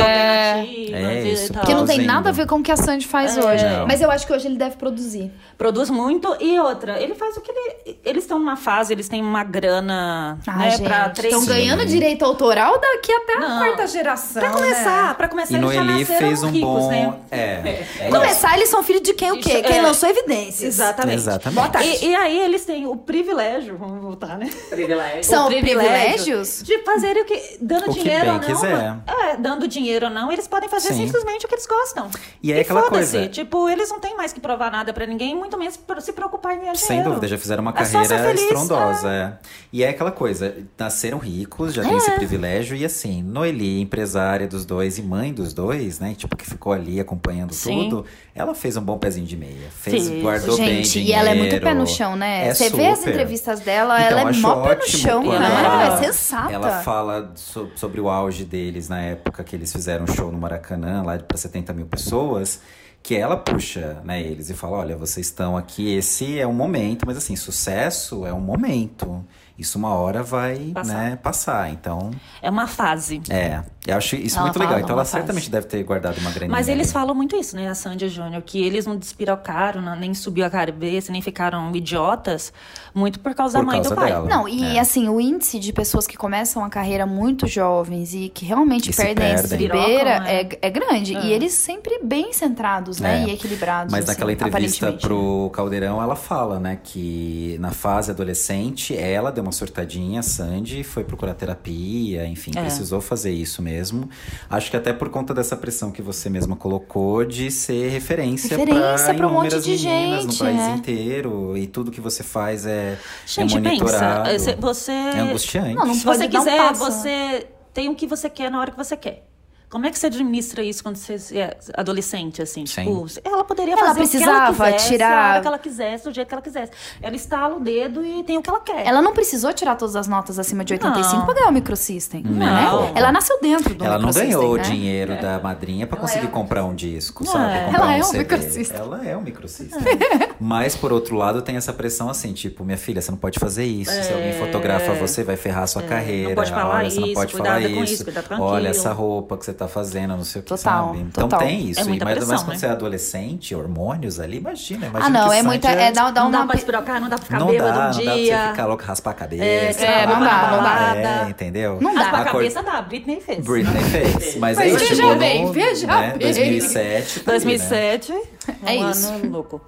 alternativas É e isso, tal. Porque não tem Produzindo. nada a ver com o que a Sandy faz É. hoje. Não. Mas eu acho que hoje ele deve produzir. Produz muito. E outra, ele faz o que ele. Eles estão numa fase, eles têm uma Ai, grana né, Ah, gente. pra três. Estão ganhando direito autoral daqui até a Não. quarta geração. Pra começar, pra começar, Então, né? eles e já Noeli nasceram fez um ricos, bom. né? É. é Pra começar, eles são filhos de quem o quê? um Isso, quem é. lançou evidências. Exatamente. Exatamente. Boa E, e aí eles têm o privilégio, vamos voltar, né? Privilégio. São O privilégio privilégios? De fazer o que. Dando O que dinheiro bem ou não. quiser. É, dando dinheiro ou não, eles podem fazer Sim. simplesmente o que eles gostam. E é aquela foda-se, coisa. Tipo, eles não têm mais que provar nada pra ninguém, muito menos pro- se preocupar em ganhar Sem dinheiro. dúvida, já fizeram uma É só ser carreira feliz, estrondosa. é. E é aquela coisa, nasceram ricos, já tem esse privilégio. E assim, Noeli, empresária dos dois e mãe dos dois, né? Tipo, que ficou ali acompanhando Sim. tudo. Ela fez um bom pezinho de meia. Fez, Fez. guardou bem Gente, dinheiro. e ela é muito pé no chão, né? É Você vê as super. entrevistas dela, Então, ela é acho mó pé no ótimo chão, quando né? ela- Ela é sensata. Ela fala so- sobre o auge deles na época que eles fizeram um show no Maracanã, lá pra 70 mil pessoas. Que ela puxa, né, eles e fala: olha, vocês estão aqui, esse é um momento, mas assim, sucesso é um momento. Isso uma hora vai Passar. né, passar. Então, É uma fase. é. Eu acho isso Ela muito fala legal. Então, uma ela certamente deve ter guardado uma grande. Mas eles falam muito isso, né, a Sandy e o Júnior, que eles não despirocaram, não- nem subiu a cabeça, nem ficaram idiotas, muito por causa Por da mãe e causa do pai. dela. Não, e É. assim, o índice de pessoas que começam a carreira muito jovens e que realmente E se perdem a perdem. estribeira Pirocam, é, é. é grande. É. E eles sempre bem centrados, né? É. E equilibrados. Mas assim, naquela entrevista aparentemente. né? pro Caldeirão, ela fala, né, que na fase adolescente, ela deu uma surtadinha, Sandy foi procurar terapia, enfim, É. precisou fazer isso mesmo. Acho que até por conta dessa pressão que você mesma colocou de ser referência, Referência pra pra um monte inúmeras de meninas gente, no país é. inteiro e tudo que você faz é, Gente, é pensa, monitorado. é, você... É angustiante. Não, não Se você pode dar um quiser, passo, né? você tem o que você quer na hora que você quer. Como é que você administra isso quando você é adolescente, assim? Sim. Tipo, ela poderia Ela fazer o que precisava ela quisesse, tirar- a hora que ela quisesse, do jeito que ela quisesse. Ela estala o dedo e tem o que ela quer. Ela não precisou tirar todas as notas acima de 85 Não. pra ganhar o microsystem, Não. né? Ela nasceu dentro do Ela não microsystem, ganhou o né? dinheiro da madrinha pra Ela conseguir é um comprar um disco, É. Não sabe? é. Comprar Ela é um CD. microsystem. Ela é um microsystem. Mas, por outro lado, tem essa pressão assim, tipo, minha filha, você não pode fazer isso. Se alguém fotografa você, vai ferrar a sua carreira. pode falar Olha, você não isso, pode cuidado falar com isso. isso, cuidado com Olha aquilo. essa roupa que você tá fazendo, não sei o que, Total, sabe? Então total. tem isso. É muita e mais pressão, quando né? você é adolescente, hormônios ali, imagina. imagina Ah, não, que é sai muita. de- É, dá, dá Não dá uma. pra espirocar, não dá pra ficar não bêbado um dá, não dá pra você dia. ficar louco, raspar a cabeça. É, é, raspar não dá, não dá. É, entendeu? Não dá. Raspar a Uma cor- cabeça dá, a Britney fez. Britney fez, mas Mas aí veja chegou bem, no, veja né, bem. 2007. tá ali, né? 2007, É um isso. ano louco.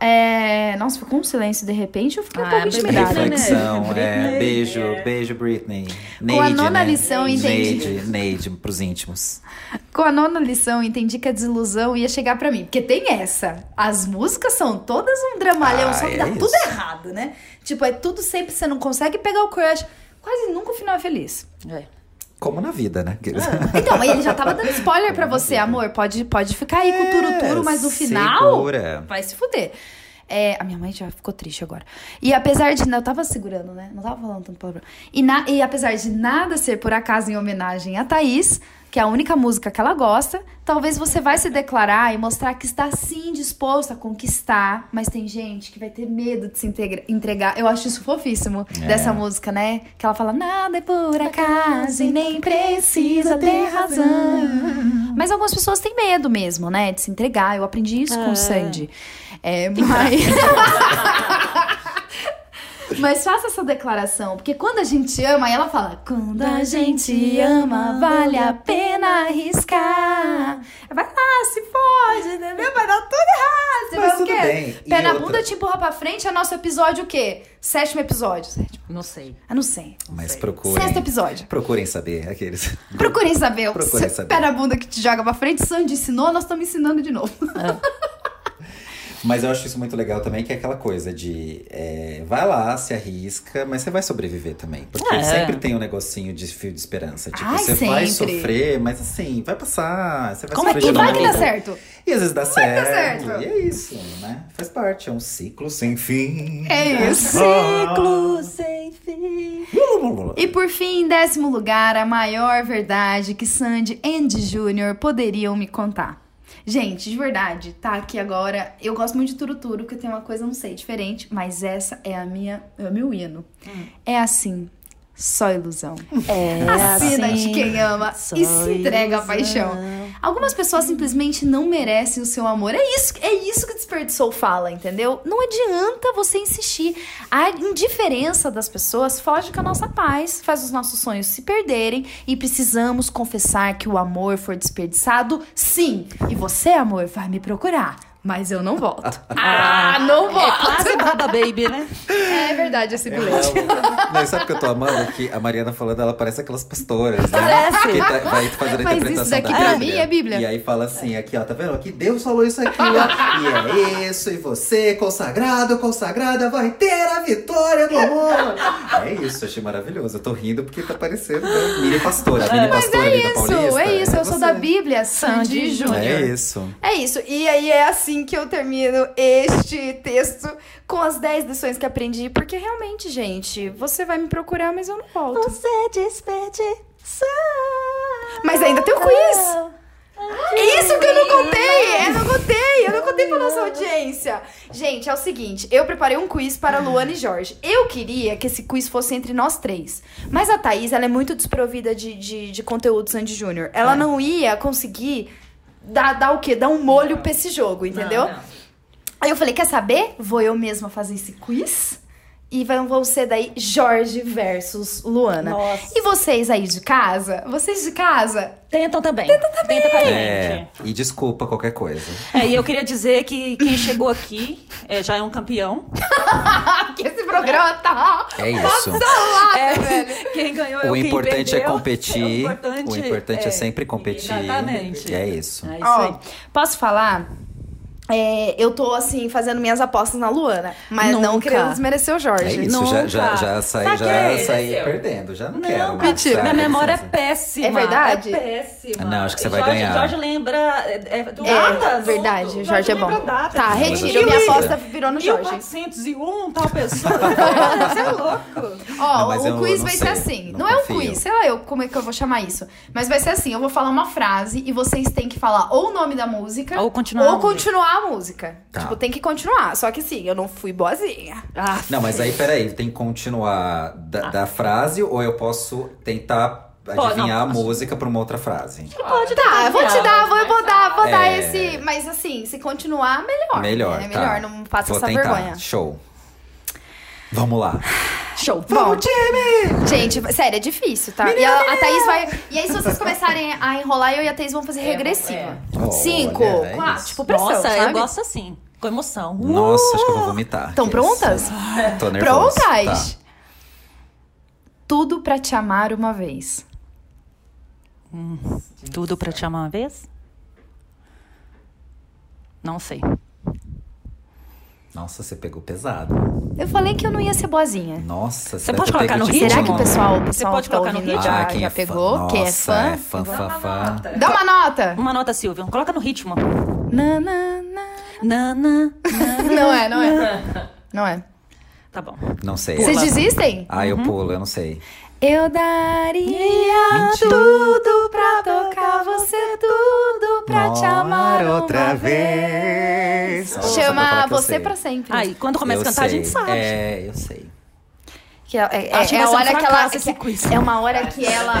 É, nossa, ficou um silêncio de repente, eu fiquei um Ah, pouco bebê, intimidada. né? Reflexão, é. Britney, Beijo, beijo, Britney. Com a nona né? lição, entendi. Neide, Neide, pros íntimos. Com a nona lição, entendi que a desilusão ia chegar pra mim. Porque tem essa. As músicas são todas um dramalhão, Ah, só que é dá isso. tudo errado, né? Tipo, é tudo sempre você não consegue pegar o crush. Quase nunca o final é feliz. É. Como na vida, né? Então, ele já tava dando spoiler pra você, amor. Pode, pode ficar aí com o turo-turo, mas no final. É, Segura. Vai se fuder. É, a minha mãe já ficou triste agora. E apesar de. Eu tava segurando, né? Não tava falando tanto palavrão. E, na- e apesar de nada ser por acaso em homenagem a Thaís, que é a única música que ela gosta, talvez você vai se declarar e mostrar que está sim disposto a conquistar. Mas tem gente que vai ter medo de se integra- entregar. Eu acho isso fofíssimo É. dessa música, né? Que ela fala: nada é por acaso e nem precisa ter razão. Mas algumas pessoas têm medo mesmo, né? De se entregar. Eu aprendi isso com o Sandy. É, mas... mas faça essa declaração, porque quando a gente ama, aí ela fala: Quando a gente ama, vale a pena arriscar. Vai lá, se fode, entendeu? Vai dar tudo errado. Você Mas vai o tudo quê? bem. E Pé na outra? bunda, te empurra pra frente. É nosso episódio o quê? Sétimo episódio. Sétimo. Não sei. Ah, não sei. Mas sei. procurem. Sexto episódio. Procurem saber aqueles. Procurem saber. Procurem saber. Pé na bunda que te joga pra frente. Sandy ensinou, nós estamos ensinando de novo. Mas eu acho isso muito legal também, que é aquela coisa de é, vai lá, se arrisca, mas você vai sobreviver também. Porque É. sempre tem um negocinho de fio de esperança. Tipo, Ai, você vai sempre. sofrer, mas assim, vai passar. Você vai Como é sofrer que de vai que dá novo. certo? E às vezes dá certo. certo. E é isso, né? Faz parte, é um ciclo sem fim. Né? Ah. É isso. Ciclo sem fim. E por fim, em décimo lugar, a maior verdade que Sandy e Andy Jr. poderiam me contar. Gente, de verdade, tá aqui agora. Eu gosto muito de turuturo, porque tem uma coisa, não sei, diferente, mas essa é a minha, é o meu hino. É assim, só ilusão. É Assina de quem ama só e se entrega à ilusão. paixão. Algumas pessoas simplesmente não merecem o seu amor. É isso, é isso que desperdiçou fala, entendeu? Não adianta você insistir. A indiferença das pessoas foge com a nossa paz, faz os nossos sonhos se perderem e precisamos confessar que o amor foi desperdiçado, sim. E você, amor, vai me procurar. Mas eu não volto. Ah, não volto! Quase baba baby, né? É verdade esse bilhete. Mas sabe o que eu tô amando? Que a Mariana falando, ela parece aquelas pastoras, né? Parece. Que tá- vai fazendo a Mas interpretação isso daqui da pra Bíblia. mim é Bíblia. E aí fala assim, aqui ó, tá vendo? Aqui Deus falou isso aqui, ó. E é isso, e você, consagrado, consagrada, vai ter a vitória do amor. É isso, achei maravilhoso. Eu tô rindo porque tá parecendo né? mini pastora, mini pastora ali da Isso, Paulista. é isso. Eu sou você. da Bíblia, Sandy Sandy Júnior. É isso. É isso. E aí é assim que eu termino este texto com as 10 lições que aprendi, porque realmente, gente, você vai me procurar, mas eu não volto. Você desperdiçou. Mas ainda tem o quiz. É Isso que eu não contei! Eu não contei! Eu não contei pra nossa audiência! Gente, é o seguinte: eu preparei um quiz para Luana e Jorge. Eu queria que esse quiz fosse entre nós três. Mas a Thaís, ela é muito desprovida de, de, de conteúdo Sandy Júnior. Ela não ia conseguir dar, dar o quê? Dar um molho pra esse jogo, entendeu? Não, é. não. Aí eu falei, quer saber? Vou eu mesma fazer esse quiz. E vão, vão ser daí Jorge versus Luana. Nossa. E vocês aí de casa? Vocês de casa? Tentam também. Tentam também. Tenta com a gente. É, e desculpa qualquer coisa. É, e eu queria dizer que quem chegou aqui é, já é um campeão. Ah, que esse programa tá... É isso. É, Quem ganhou é O o importante quem é perdeu. competir. O importante, o importante é, sempre competir. Exatamente. É isso. É isso Ó, aí. posso falar? É, eu tô, assim, fazendo minhas apostas na Luana. Mas não Nunca. querendo desmerecer o É Jorge. isso, já, Nunca. já, já saí, já Saquei. saí perdendo, já não, quero. mais, mentira. sabe? Minha memória é péssima. É verdade? É péssima. Não, acho que você vai Jorge, ganhar. Jorge lembra é, é, do É, datas. verdade, Tudo. Jorge, é bom. lembra datas. Tá, Jorge retiro. é Minha bom. aposta virou no Jorge. 1401, tal pessoa. Você é louco. Ó, Não, mas eu o quiz não vai sei, ser assim. não Não, é um confio. quiz, sei lá eu como é que eu vou chamar isso. Mas vai ser assim, eu vou falar uma frase e vocês têm que falar ou o nome da música Ou continuar ou a continuar a continuar a música. Tá. Tipo, tem que continuar. Só que assim, eu não fui boazinha. Ah, Não, mas aí, peraí, tem que continuar da, da frase ou eu posso tentar não, adivinhar a posso. música pra uma outra frase? pode Tá, eu vou te dar, vou, eu vou dar, vou dar É. esse. Mas assim, se continuar, melhor. Melhor, É tá. melhor, não faça Vou essa tentar. vergonha. Show. Vamos lá. Show. Bom, Bom, gente, sério, é difícil, tá? E a, a Thaís vai. E aí, se vocês começarem a enrolar, eu e a Thaís vão fazer regressiva. Olha, É, Cinco, é quatro, isso. tipo pressão, nossa, sabe? eu gosto assim. Com emoção. Nossa, acho que eu vou vomitar. Estão Que prontas? isso. Tô nervoso. Tá. Prontas? Tudo pra te amar uma vez. Tudo pra te amar uma vez? Não sei. Tá. Nossa, você pegou pesado. Eu falei que eu não ia ser boazinha. Nossa, Você pode colocar no Será ritmo? que o pessoal, o Você pessoal pode que tá colocar no ouvindo ritmo? já, Ah, quem já é fã- pegou? Quem é Nossa, fã? É fã, fã, fã. Nota. Dá uma nota! Uma nota, Silvia. Coloca no ritmo. Na, na, na. Nana. Não é, não é. Não é. Tá bom. Não sei. Vocês desistem? Ah, eu pulo, eu não sei. Eu daria Mentira. tudo pra tocar você, tudo pra te amar Morar uma outra vez. Olha, só pra falar Chama que eu você sei. pra sempre. Aí, quando começa Eu a cantar, sei. a gente sabe. É, eu sei. Que é, é- Acho que é a vai ser um hora que ela. fracasso esse quiz. é uma hora que ela.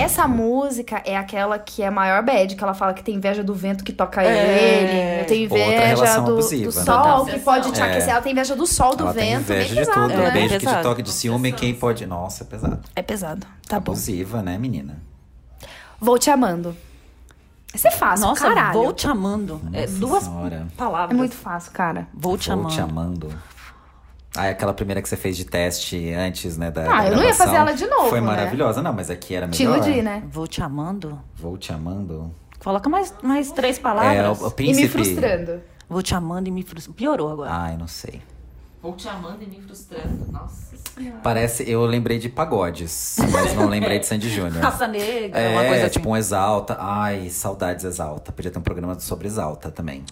Essa música é aquela que é a maior bad, que ela fala que tem inveja do vento que toca ele. Eu tenho É. Outra inveja relação do, abusiva, do né? sol Da que pode te obsessão. aquecer. É. Ela tem inveja do sol, do Ela tem vento. inveja bem de pesado, tudo. né? Beijo que te Pesado. toque de ciúme, quem pode. Nossa, é pesado. É pesado. Tá bom. Abusiva, né, menina? Vou te amando. Isso é fácil, Nossa, caralho. vou te amando. É Nossa duas Senhora. É palavras. muito fácil, cara. Vou te Vou te amando. amando. Ah, é aquela primeira que você fez de teste antes, né? Da, Ah, da eu não ia gravação. fazer ela de novo, Foi né? maravilhosa, não, mas aqui era melhor. Te iludi, né? É. Vou te amando. Vou te amando. Coloca mais, mais três É, o, palavras. o príncipe. E me frustrando. Vou te amando e me frustrando. Piorou agora. Ai, não sei. Vou te amando e me frustrando. Nossa senhora. Parece, eu lembrei de pagodes, mas não lembrei de Sandy Júnior. Raça negra, É, uma coisa assim. tipo um Exalta. Ai, saudades Exalta. Podia ter um programa sobre Exalta também.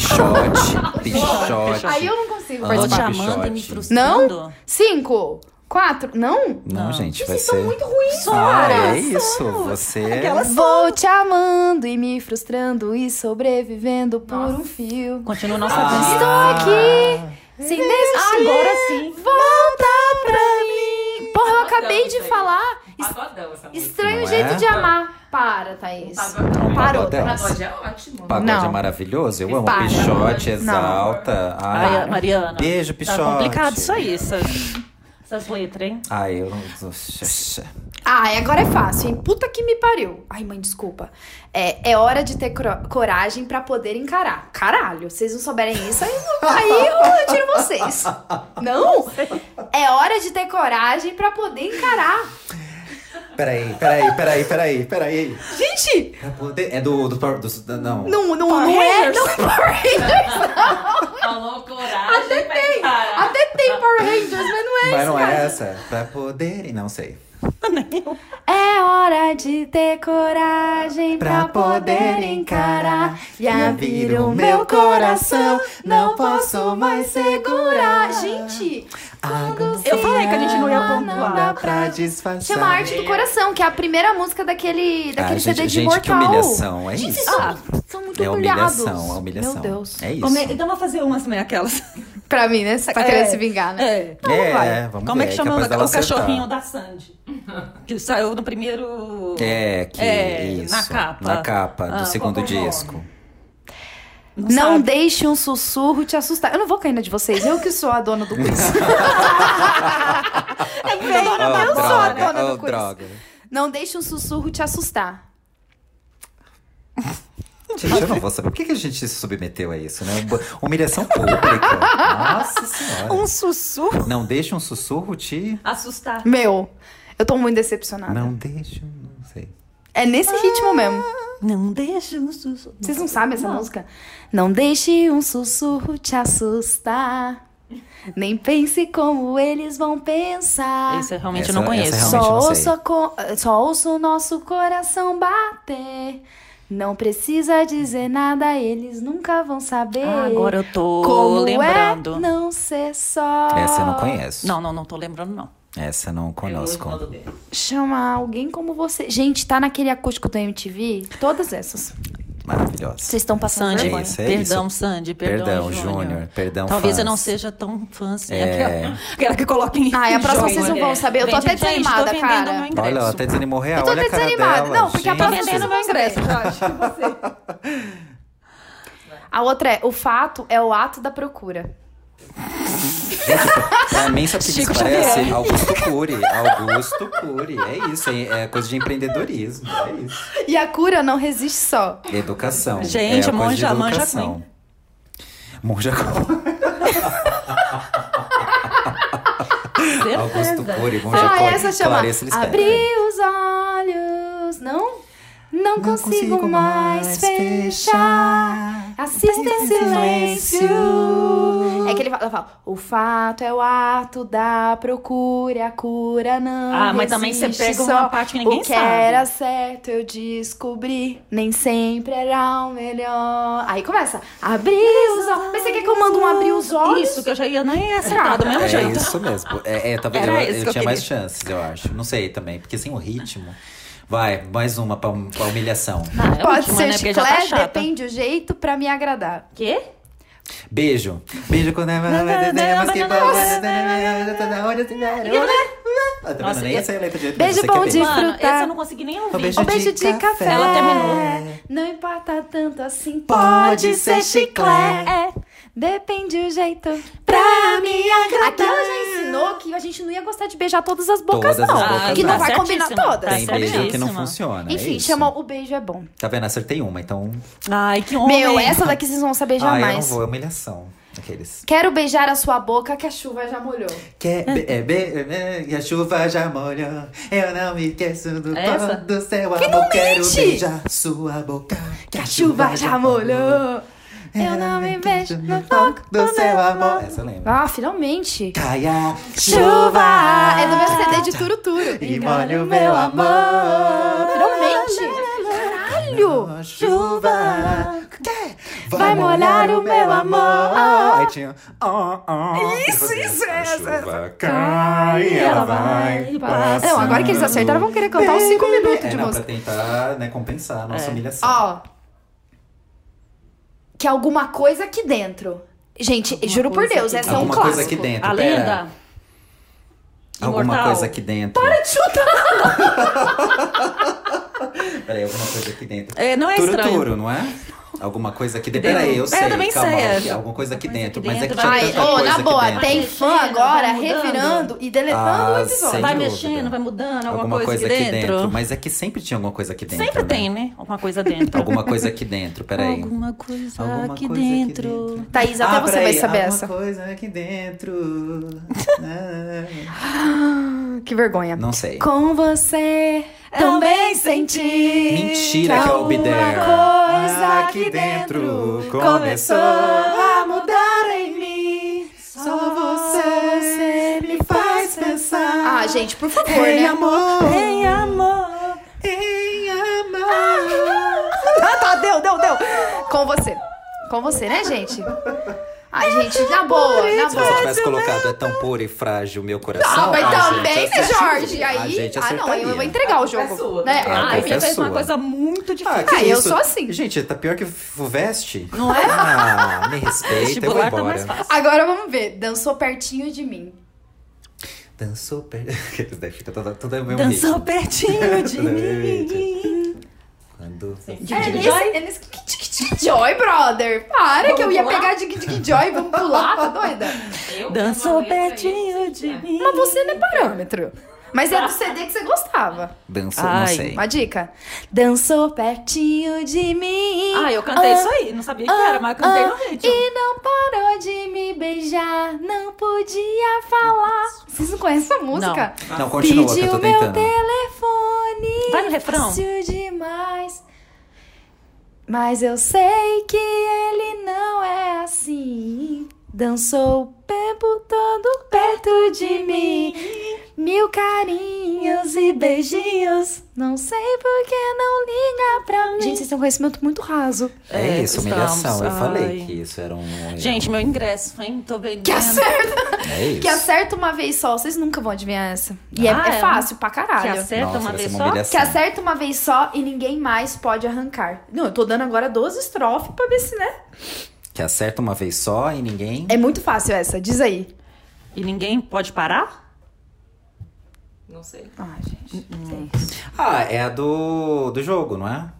Pichote, pichote. Aí eu não consigo Vou te participar. Papi amando e me Shot. frustrando. Não? Cinco, quatro, não? Não, gente, vai Vocês ser... são muito ruins, Ah, cara. é isso, você... Vou te amando e me frustrando e sobrevivendo por um fio. Continua nossa Ah. dança. Estou aqui, sem desistir. Agora sim. Volta pra mim. Porra, eu acabei de falar. Es- Pagodão essa música. Estranho Não jeito é? de amar. Para, Thaís. Pagodão. Parou. Pagodão. Pagode é ótimo. Pagode Não. é maravilhoso, eu amo. Para. Pichote, Não. Exalta. Ai, Ai, Mariana. Beijo, Tá Pichote. complicado isso aí, essas, essas letras, hein? Ai, eu não... Ah, e agora é fácil, hein? Puta que me pariu. Ai, mãe, desculpa. É, é hora de ter cro- coragem pra poder encarar. Caralho, vocês não souberem isso, aí, aí eu tiro vocês. Não? É hora de ter coragem pra poder encarar. Peraí, peraí, peraí, peraí, peraí. Gente, Pra poder- É do... do, Power- do- do- não. não, não, não é. Não é Power Rangers. Falou coragem. Até vai tem. Ah, encarar. Até tem Power Rangers, mas não é Mas isso. não é cara. essa. Pra poder... Não sei. É hora de ter coragem pra poder encarar e abrir o meu coração. Não posso mais segurar. Gente, quando Eu se falei que a gente não ia ama, pontuar. não dá pra disfarçar. Chama a Arte do Coração, que é a primeira música daquele, daquele ah, gente, CD de gente, Mortal. que humilhação, é Gente, isso? vocês são, são muito é humilhados. humilhação, é humilhação. Meu Deus. É isso. Come- Então vou fazer umas também, aquelas. Pra mim, né? Você tá querendo se vingar, né? É. Então É, vai. vamos Como ver, é que é chama o, capaz dela o cachorrinho acertar. da Sandy? Que saiu no primeiro... É, que É, isso. na capa. Na capa do Ah, segundo qual que é o nome? disco. Não, sabe. deixe um sussurro te assustar. Eu não vou cair na de vocês, eu que sou a dona do quiz. é bem, eu sou a Oh, droga, dona oh, do quiz. droga. Não deixe um sussurro te assustar. Gente, eu não vou saber. Por que, que a gente se submeteu a isso, né? Humilhação pública. Nossa senhora. Um sussurro. Não deixa um sussurro te... Assustar. Meu, eu tô muito decepcionada. Não deixa, um- não sei. É nesse Ah. ritmo mesmo. Não deixa um sussurro. Vocês não sabem essa música? Não deixe um sussurro te assustar. Nem pense como eles vão pensar. Ah. Esse eu realmente Essa- não conheço. essa realmente- Só não sei. ouço, a co- só ouço o nosso coração bater. Não precisa dizer nada, eles nunca vão saber. Ah, agora eu tô Como lembrando. é não ser só. Essa eu não conheço. Não, não, não tô lembrando, não. Essa eu não Eu ouço conosco. todo dele. Chama alguém como você. Gente, tá naquele acústico do MTV? Todas essas. maravilhosa. Vocês estão passando Sandy, vergonha. isso, é perdão, isso. Sandy, perdão, Perdão, Júnior, Júnior. perdão, Talvez fãs. eu não seja tão fã assim. É. Aquela, aquela que coloca em Ah, e a próxima jogo, vocês não né? vão saber. Eu tô Vende, até gente, desanimada, tô cara. vendendo meu ingresso. Olha, ela até desanimou real. Eu tô Olha até a cara desanimada. dela. não, porque a é gente. próxima vocês Vendendo não vão meu ingresso, saber. A outra é, o fato é o ato da procura. Pra mim, sabe o que que isso Chico parece? Xavier. Augusto Cury. Augusto Cury. É isso, é, é coisa de empreendedorismo. É isso. E a cura não resiste só. Educação. Gente, é coisa monja- de monja educação. Queen. Monja Queen. Certeza. Augusto Cury, Monja ah, Queen, essa chama. Clarice Lispector. Abri os olhos, não? Não, consigo, mais fechar. Assista em silêncio. É que ele fala, fala, o fato é o ato da procura, a cura não Ah, mas também você resiste pega só. uma parte que ninguém o que sabe. era certo eu descobri, nem sempre era o melhor. Aí começa, abrir os olhos. Mas você quer que eu mando um abrir os olhos? Isso, que eu já ia nem acertar do mesmo É jeito. isso mesmo. É, é, talvez Era eu, isso eu que eu tinha mais chances, eu acho. Não sei também, porque sem o ritmo. Vai, mais uma pra, pra humilhação. Ah, é Pode última, ser né? Porque já tá chiclete, chata. depende o jeito pra me agradar. Quê? Beijo. Beijo quando é. mas que tá bom. Nossa, Nossa, nem e- essa é a letra direito, mas Beijo eu sei que é bom de- Mano, Desfrutar. essa eu não consegui nem ouvir. Beijo o Um beijo de de, café. café. Ela terminou. Não importa tanto assim. Pode ser chiclete. É, depende o jeito pra me agradar. Aqui ela já ensinou que a gente não ia gostar de beijar todas as bocas, Todas as não. bocas, que não não. vai combinar Certíssima. todas. Tá Tem beijo que não certíssima. funciona. é Enfim, isso. chama o beijo é bom. Tá vendo? Acertei uma, então. Ai, que homem. Meu, essa daqui vocês não vão saber Ah, eu não jamais. vou, é humilhação. Aqueles. Quero beijar a sua boca que a chuva já molhou. Que Ah. é, be- é, be- é, e a chuva já molhou, eu não me esqueço do É pó essa? do seu amor. Finalmente! Quero beijar sua boca, Que a chuva já molhou. Eu não É, me beijo no toque do seu amor. Essa eu lembro. Ah, finalmente. Caia Chuva! É do meu CD de Turo Turo. E molha o meu amor. Finalmente! Caralho! Chuva Vai molhar o meu amor. Aí tinha ó, ó. Isso, isso, A essa, chuva cai, E ela vai passando. Não, agora que eles acertaram, vão querer cantar uns 5 minutos É, de não, pra música. tentar né, compensar a nossa humilhação. Ó. Que alguma coisa aqui dentro. Gente, juro por coisa Deus, aqui essa é um Alguma clássico. coisa aqui dentro. A pera. lenda. Alguma Imortal. coisa aqui dentro. Para de chutar! Peraí, alguma coisa aqui dentro. É, não é turo, estranho. turo, não é? Alguma coisa aqui dentro. Dentro. Peraí, eu É, sei. eu também calma, sei ó, essa. Alguma coisa aqui dentro. aqui Mas é que dentro, tinha vai. Ai, tanta ô, coisa na aqui boa, dentro. tem fã Vai mexendo, agora vai mudando. revirando e deletando o Ah, episódio. sem Vai dúvida. mexendo, vai mudando, alguma, Alguma coisa aqui dentro. Mas é que sempre tinha alguma coisa aqui dentro. Sempre né? tem, né? Alguma coisa dentro. Alguma coisa aqui dentro, peraí. Alguma coisa Alguma aqui coisa aqui dentro. dentro. Thaís, até Ah, você peraí, vai saber alguma essa. coisa aqui dentro. Ah, Que vergonha. Não sei. Com você também senti. Mentira que é o Ah, alguma Bidé. coisa aqui dentro começou a mudar em mim. Só você me faz pensar. Ah, gente, por favor, né? amor. Em amor. Em amor. Ah, tá, deu, deu, deu. Com você. Com você, né, gente? Ai, gente, na boa, na Se você boa. tivesse colocado é tão puro e frágil meu coração. Ah, mas a também, gente né, acertaria. Jorge? A Aí. gente Ah, não, aí eu vou acertaria. entregar o A culpa é jogo. sua, né? né? Ah, Ai, confesso. Ai, você fez uma sua. coisa muito Ah, difícil. que Ah, eu isso? sou assim. Gente, tá pior que o veste. Não é? Ah, me respeita, eu Vestibular vou tá embora. mais fácil. Agora vamos ver. Dançou pertinho de mim. Dançou perto. Eles devem ficar toda, toda o mesmo Dançou ritmo. pertinho de Tudo bem, mim. Quando... É, nesse, Joy? é nesse Dig Dig Dig Joy, brother. Para que eu ia pular? pegar Dig Dig Joy. Vamos pular, tá doida? Eu Dançou tenho uma letra pertinho aí, de né? mim. Mas você não é parâmetro. Mas é do CD que você gostava. Dançou, não Ai. sei. Uma dica. Dançou pertinho de mim. Ah, eu cantei Ah, isso aí. Não sabia que era, mas eu cantei ah, no ritmo. E não parou de me beijar. Não podia falar. Vocês não conhecem essa música? Não, continua, que eu Pediu tô meu tentando. telefone. Vai no refrão. Fácil demais. Mas eu sei que ele não é assim. Dançou o tempo todo perto de mim. Mil carinhos. carinhos e beijinhos. Não sei por que não liga pra mim. Gente, vocês têm um conhecimento muito raso. É, É, isso, humilhação. estamos- Eu falei ai. que isso era um. Gente, meu ingresso, hein? Tô vendendo. Que acerta, é isso. que acerta uma vez só. Vocês nunca vão adivinhar essa. E é, Ah, é é? fácil pra Que caralho. acerta Nossa, uma vai ser vez uma só? humilhação. Que acerta uma vez só e ninguém mais pode arrancar. Não, eu tô dando agora 12 estrofes pra ver se, né? Que acerta uma vez só e ninguém. É muito fácil essa, diz aí. E ninguém pode parar? Não sei. Ah, gente. sei. Ah, é a do, do jogo, não é?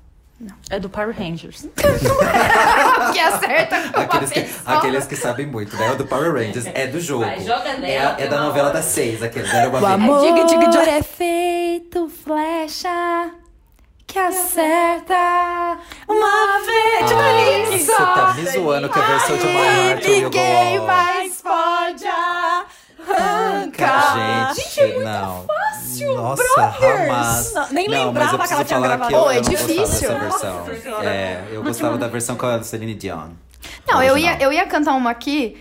É do Power Rangers. que Ah, acerta uma Aqueles que, vez só. aqueles que sabem muito, né? É do Power Rangers, é do jogo. Vai, joga é, a- nela, é tem da uma novela hora. das seis, aquele. Era O uma vez. amor diga, diga, diga. é feito flecha que acerta uma vez. Tipo Ah, ali, Você só. tá me zoando que a versão de My Heart E Will Go ninguém On. mais pode arrancar. Gente, não. Nossa, Ramaz. Não, nem não, lembrava mas eu que ela preciso tinha falar gravado. que eu, Pô, é eu não difícil. Gostava dessa versão. Nossa Senhora. é, eu gostava da versão com a Celine Dion. Não, eu ia, Original. eu ia cantar uma aqui,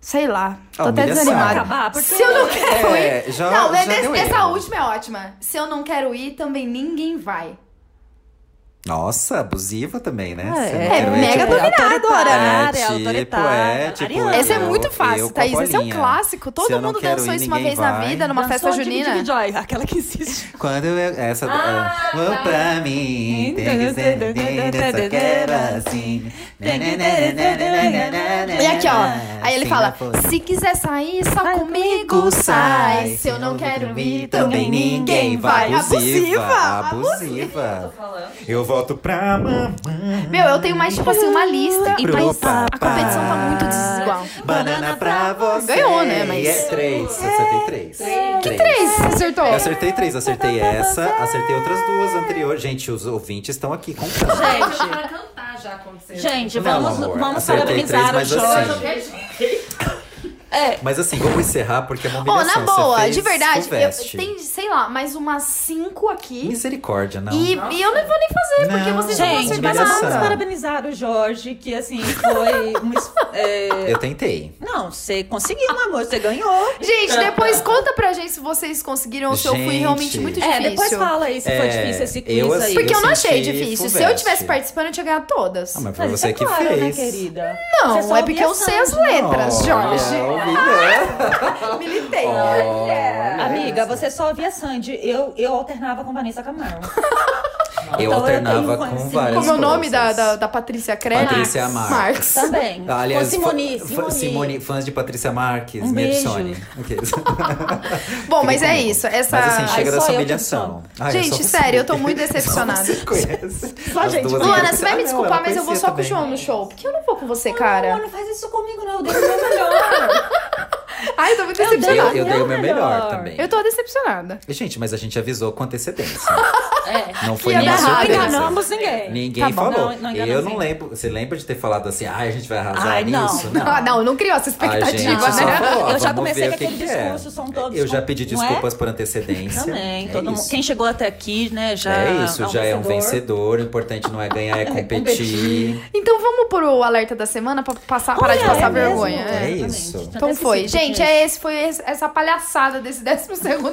sei lá. Tô Ah, até humilhação. desanimada. Acabar, porque... Se eu não quero ir. É, já, não, já essa- deu essa erro. última é ótima. Se eu não quero ir, também ninguém vai. Nossa, abusiva também, né? Ah, Você não é. quer É ver, mega tipo, dominadora, né? autoritária, autoritária. É, tipo, Ariana. é, tipo, Esse é eu- muito eu fácil, com a Thaís. Esse é um Paulinha. clássico. Todo Se eu não mundo quero dançou ir, isso uma ninguém vez na vai. vida, numa festa Dançou Digi junina. Digi Joy, aquela que insiste. Quando eu. Essa. Ah, é, vou tá. pra mim. Tem que ser. Só quero assim. E aqui, ó. Aí ele Assim fala: não foi. se quiser sair, só Sai comigo sai. Se eu não quero ir, também ninguém vai. Tô Abusiva. falando. Eu volto pra mamãe. Meu, eu tenho mais, tipo assim, uma lista. E E Pro a mas competição tá muito papai. desigual. Banana pra você. Ganhou, né? Mas- É três. Acertei três. Que Três, você acertou. Eu acertei três, acertei essa, acertei outras duas anteriores. Gente, os ouvintes estão aqui contando. Gente, Gente, pra cantar já aconteceu. gente, Não, vamos, amor, vamos acertei parabenizar o três, mas Eu Jorge. assim- joguei de É, Mas assim, vamos encerrar porque é uma Ó, na humilhação. Você boa, fez de verdade, o eu, veste. tem, sei lá, mais umas cinco aqui. Misericórdia, não. E, e eu não vou nem fazer, porque Não. vocês já vão Gente, Gente, acertar mas vamos humilhação. nada. parabenizar o Jorge, que assim, foi um... es- é, Eu tentei. Não, você conseguiu, amor, você ganhou. Gente, depois conta pra gente se vocês conseguiram ou se eu fui Gente. realmente muito difícil. É, depois fala aí se foi É, difícil esse quiz eu aí. assim- Porque eu, não senti achei difícil. Se eu fulvestre. tivesse participando, eu tinha ganhado todas. Ah, mas foi Mas isso você é que claro, né, fez. querida? Você Não, só é porque eu ouvia sei as Sandy. letras, Jorge. Olha, humilhante. Militei. né? né? Olha. Amiga, você só ouvia Sandy. Eu, eu alternava com Vanessa Camargo. Eu então eu alternava tenho com assim, várias Como é o nome da, coisas. da, da Patrícia Crelli? Patrícia Marx. Marx. Também. Tá, Aliás, com Simone, fã- fã- Simone. Simone, fãs de Patrícia Marques, Um me beijo. adicione. Ok. Bom, mas é Fiquem comigo. isso. Essa... Mas assim, chega Ai, dessa só eu que humilhação. Ai, é Gente, só você. sério, eu tô muito decepcionada. Só você conhece. Só As gente. duas Luana, aqui. você vai me Ah, não, ela desculpar, mas eu vou conhecia só com o também. João no show. Porque eu não vou com você, Amor, cara. não faz isso comigo, não. Eu dei o meu melhor. Ai, eu tô muito Eu, decepcionada. eu dei o meu melhor Melhor. também. Eu tô decepcionada. Gente, mas a gente avisou com antecedência. É. Não foi ia nenhuma dar errado. surpresa. Enganamos ninguém. Ninguém Tá bom. falou. Não, não enganamos eu não ninguém. lembro. Você lembra de ter falado assim, ai, a gente vai arrasar Ai, não. nisso? Ah, não, não criou essa A gente expectativa, só né? falou, ó, Eu já vamos comecei ver com o que aquele que é. discurso, são todos Eu já com- pedi não é? desculpas por antecedência. Também. É todo mundo- isso. Quem chegou até aqui, né, já É isso, já é um vencedor. vencedor. O importante não é ganhar, é competir. Então vamos pro alerta da semana pra passar, parar de É, passar é vergonha. mesmo, é. É exatamente. isso. Tinha Então até foi. esquecido Gente, disso. é esse foi esse- essa palhaçada desse 12º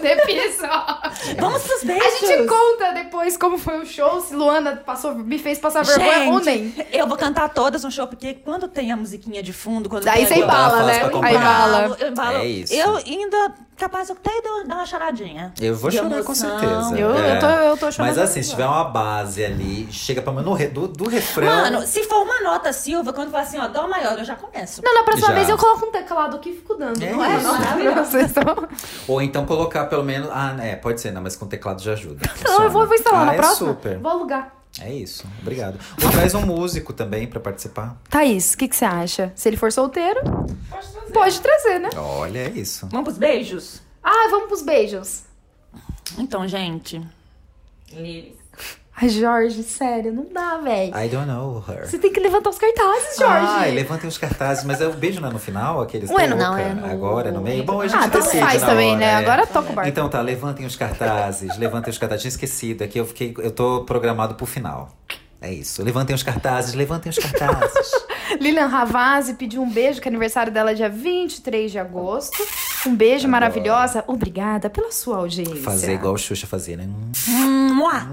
episódio. Vamos pros A beijos. gente conta depois como foi o show, se Luana passou, me fez passar vergonha ou nem. Gente, eu vou cantar todas no show, porque quando tem a musiquinha de fundo... Quando Daí tem você a- embala, Dá né? fácil pra Aí acompanhar. embala. Eu embalo. É isso. Eu ainda, capaz, eu até dou- dar uma charadinha. Eu vou De chorar com emoção. certeza. Eu- É. eu tô- eu tô chorando Mas assim, se agora. tiver uma base ali, chega pra mim no re- do, do refrão. Mano, se for uma nota Silva, quando fala assim, ó, dó maior, eu já começo. Não, na próxima Já. vez eu coloco um teclado aqui e fico dando. É não é? isso. Não, vocês estão- Ou então colocar pelo menos. Ah, é, pode ser, não, mas com teclado já ajuda. Não, Então, eu vou, eu vou instalar ah, na é próxima. Super. Vou alugar. É isso, obrigado. Ou traz um músico também pra participar. Thaís, o que, que você acha? Se ele for solteiro, Pode trazer. pode trazer, né? Olha, é isso. Vamos pros beijos? Ah, vamos pros beijos. Então, gente... Liris. Ai, Jorge, sério, não dá, velho. I don't know her. Você tem que levantar os cartazes, Jorge. Ai, levantem os cartazes, mas é o beijo não é no final? Aqueles Ué, da não, boca? é no- Agora, no meio? Bom, a gente ah, tanto decide faz na também, hora, né? é. Agora toca o barco. Então tá, levantem os cartazes, levantem os cartazes. Tinha esquecido aqui, eu fiquei, eu tô programado pro final. É isso. Levantem os cartazes, levantem os cartazes. Lilian Ravazzi pediu um beijo, que é aniversário dela é dia 23 de agosto. Um beijo Adoro. maravilhosa. Obrigada pela sua audiência. Fazer igual o Xuxa fazia, né? Hum. Hum, muá.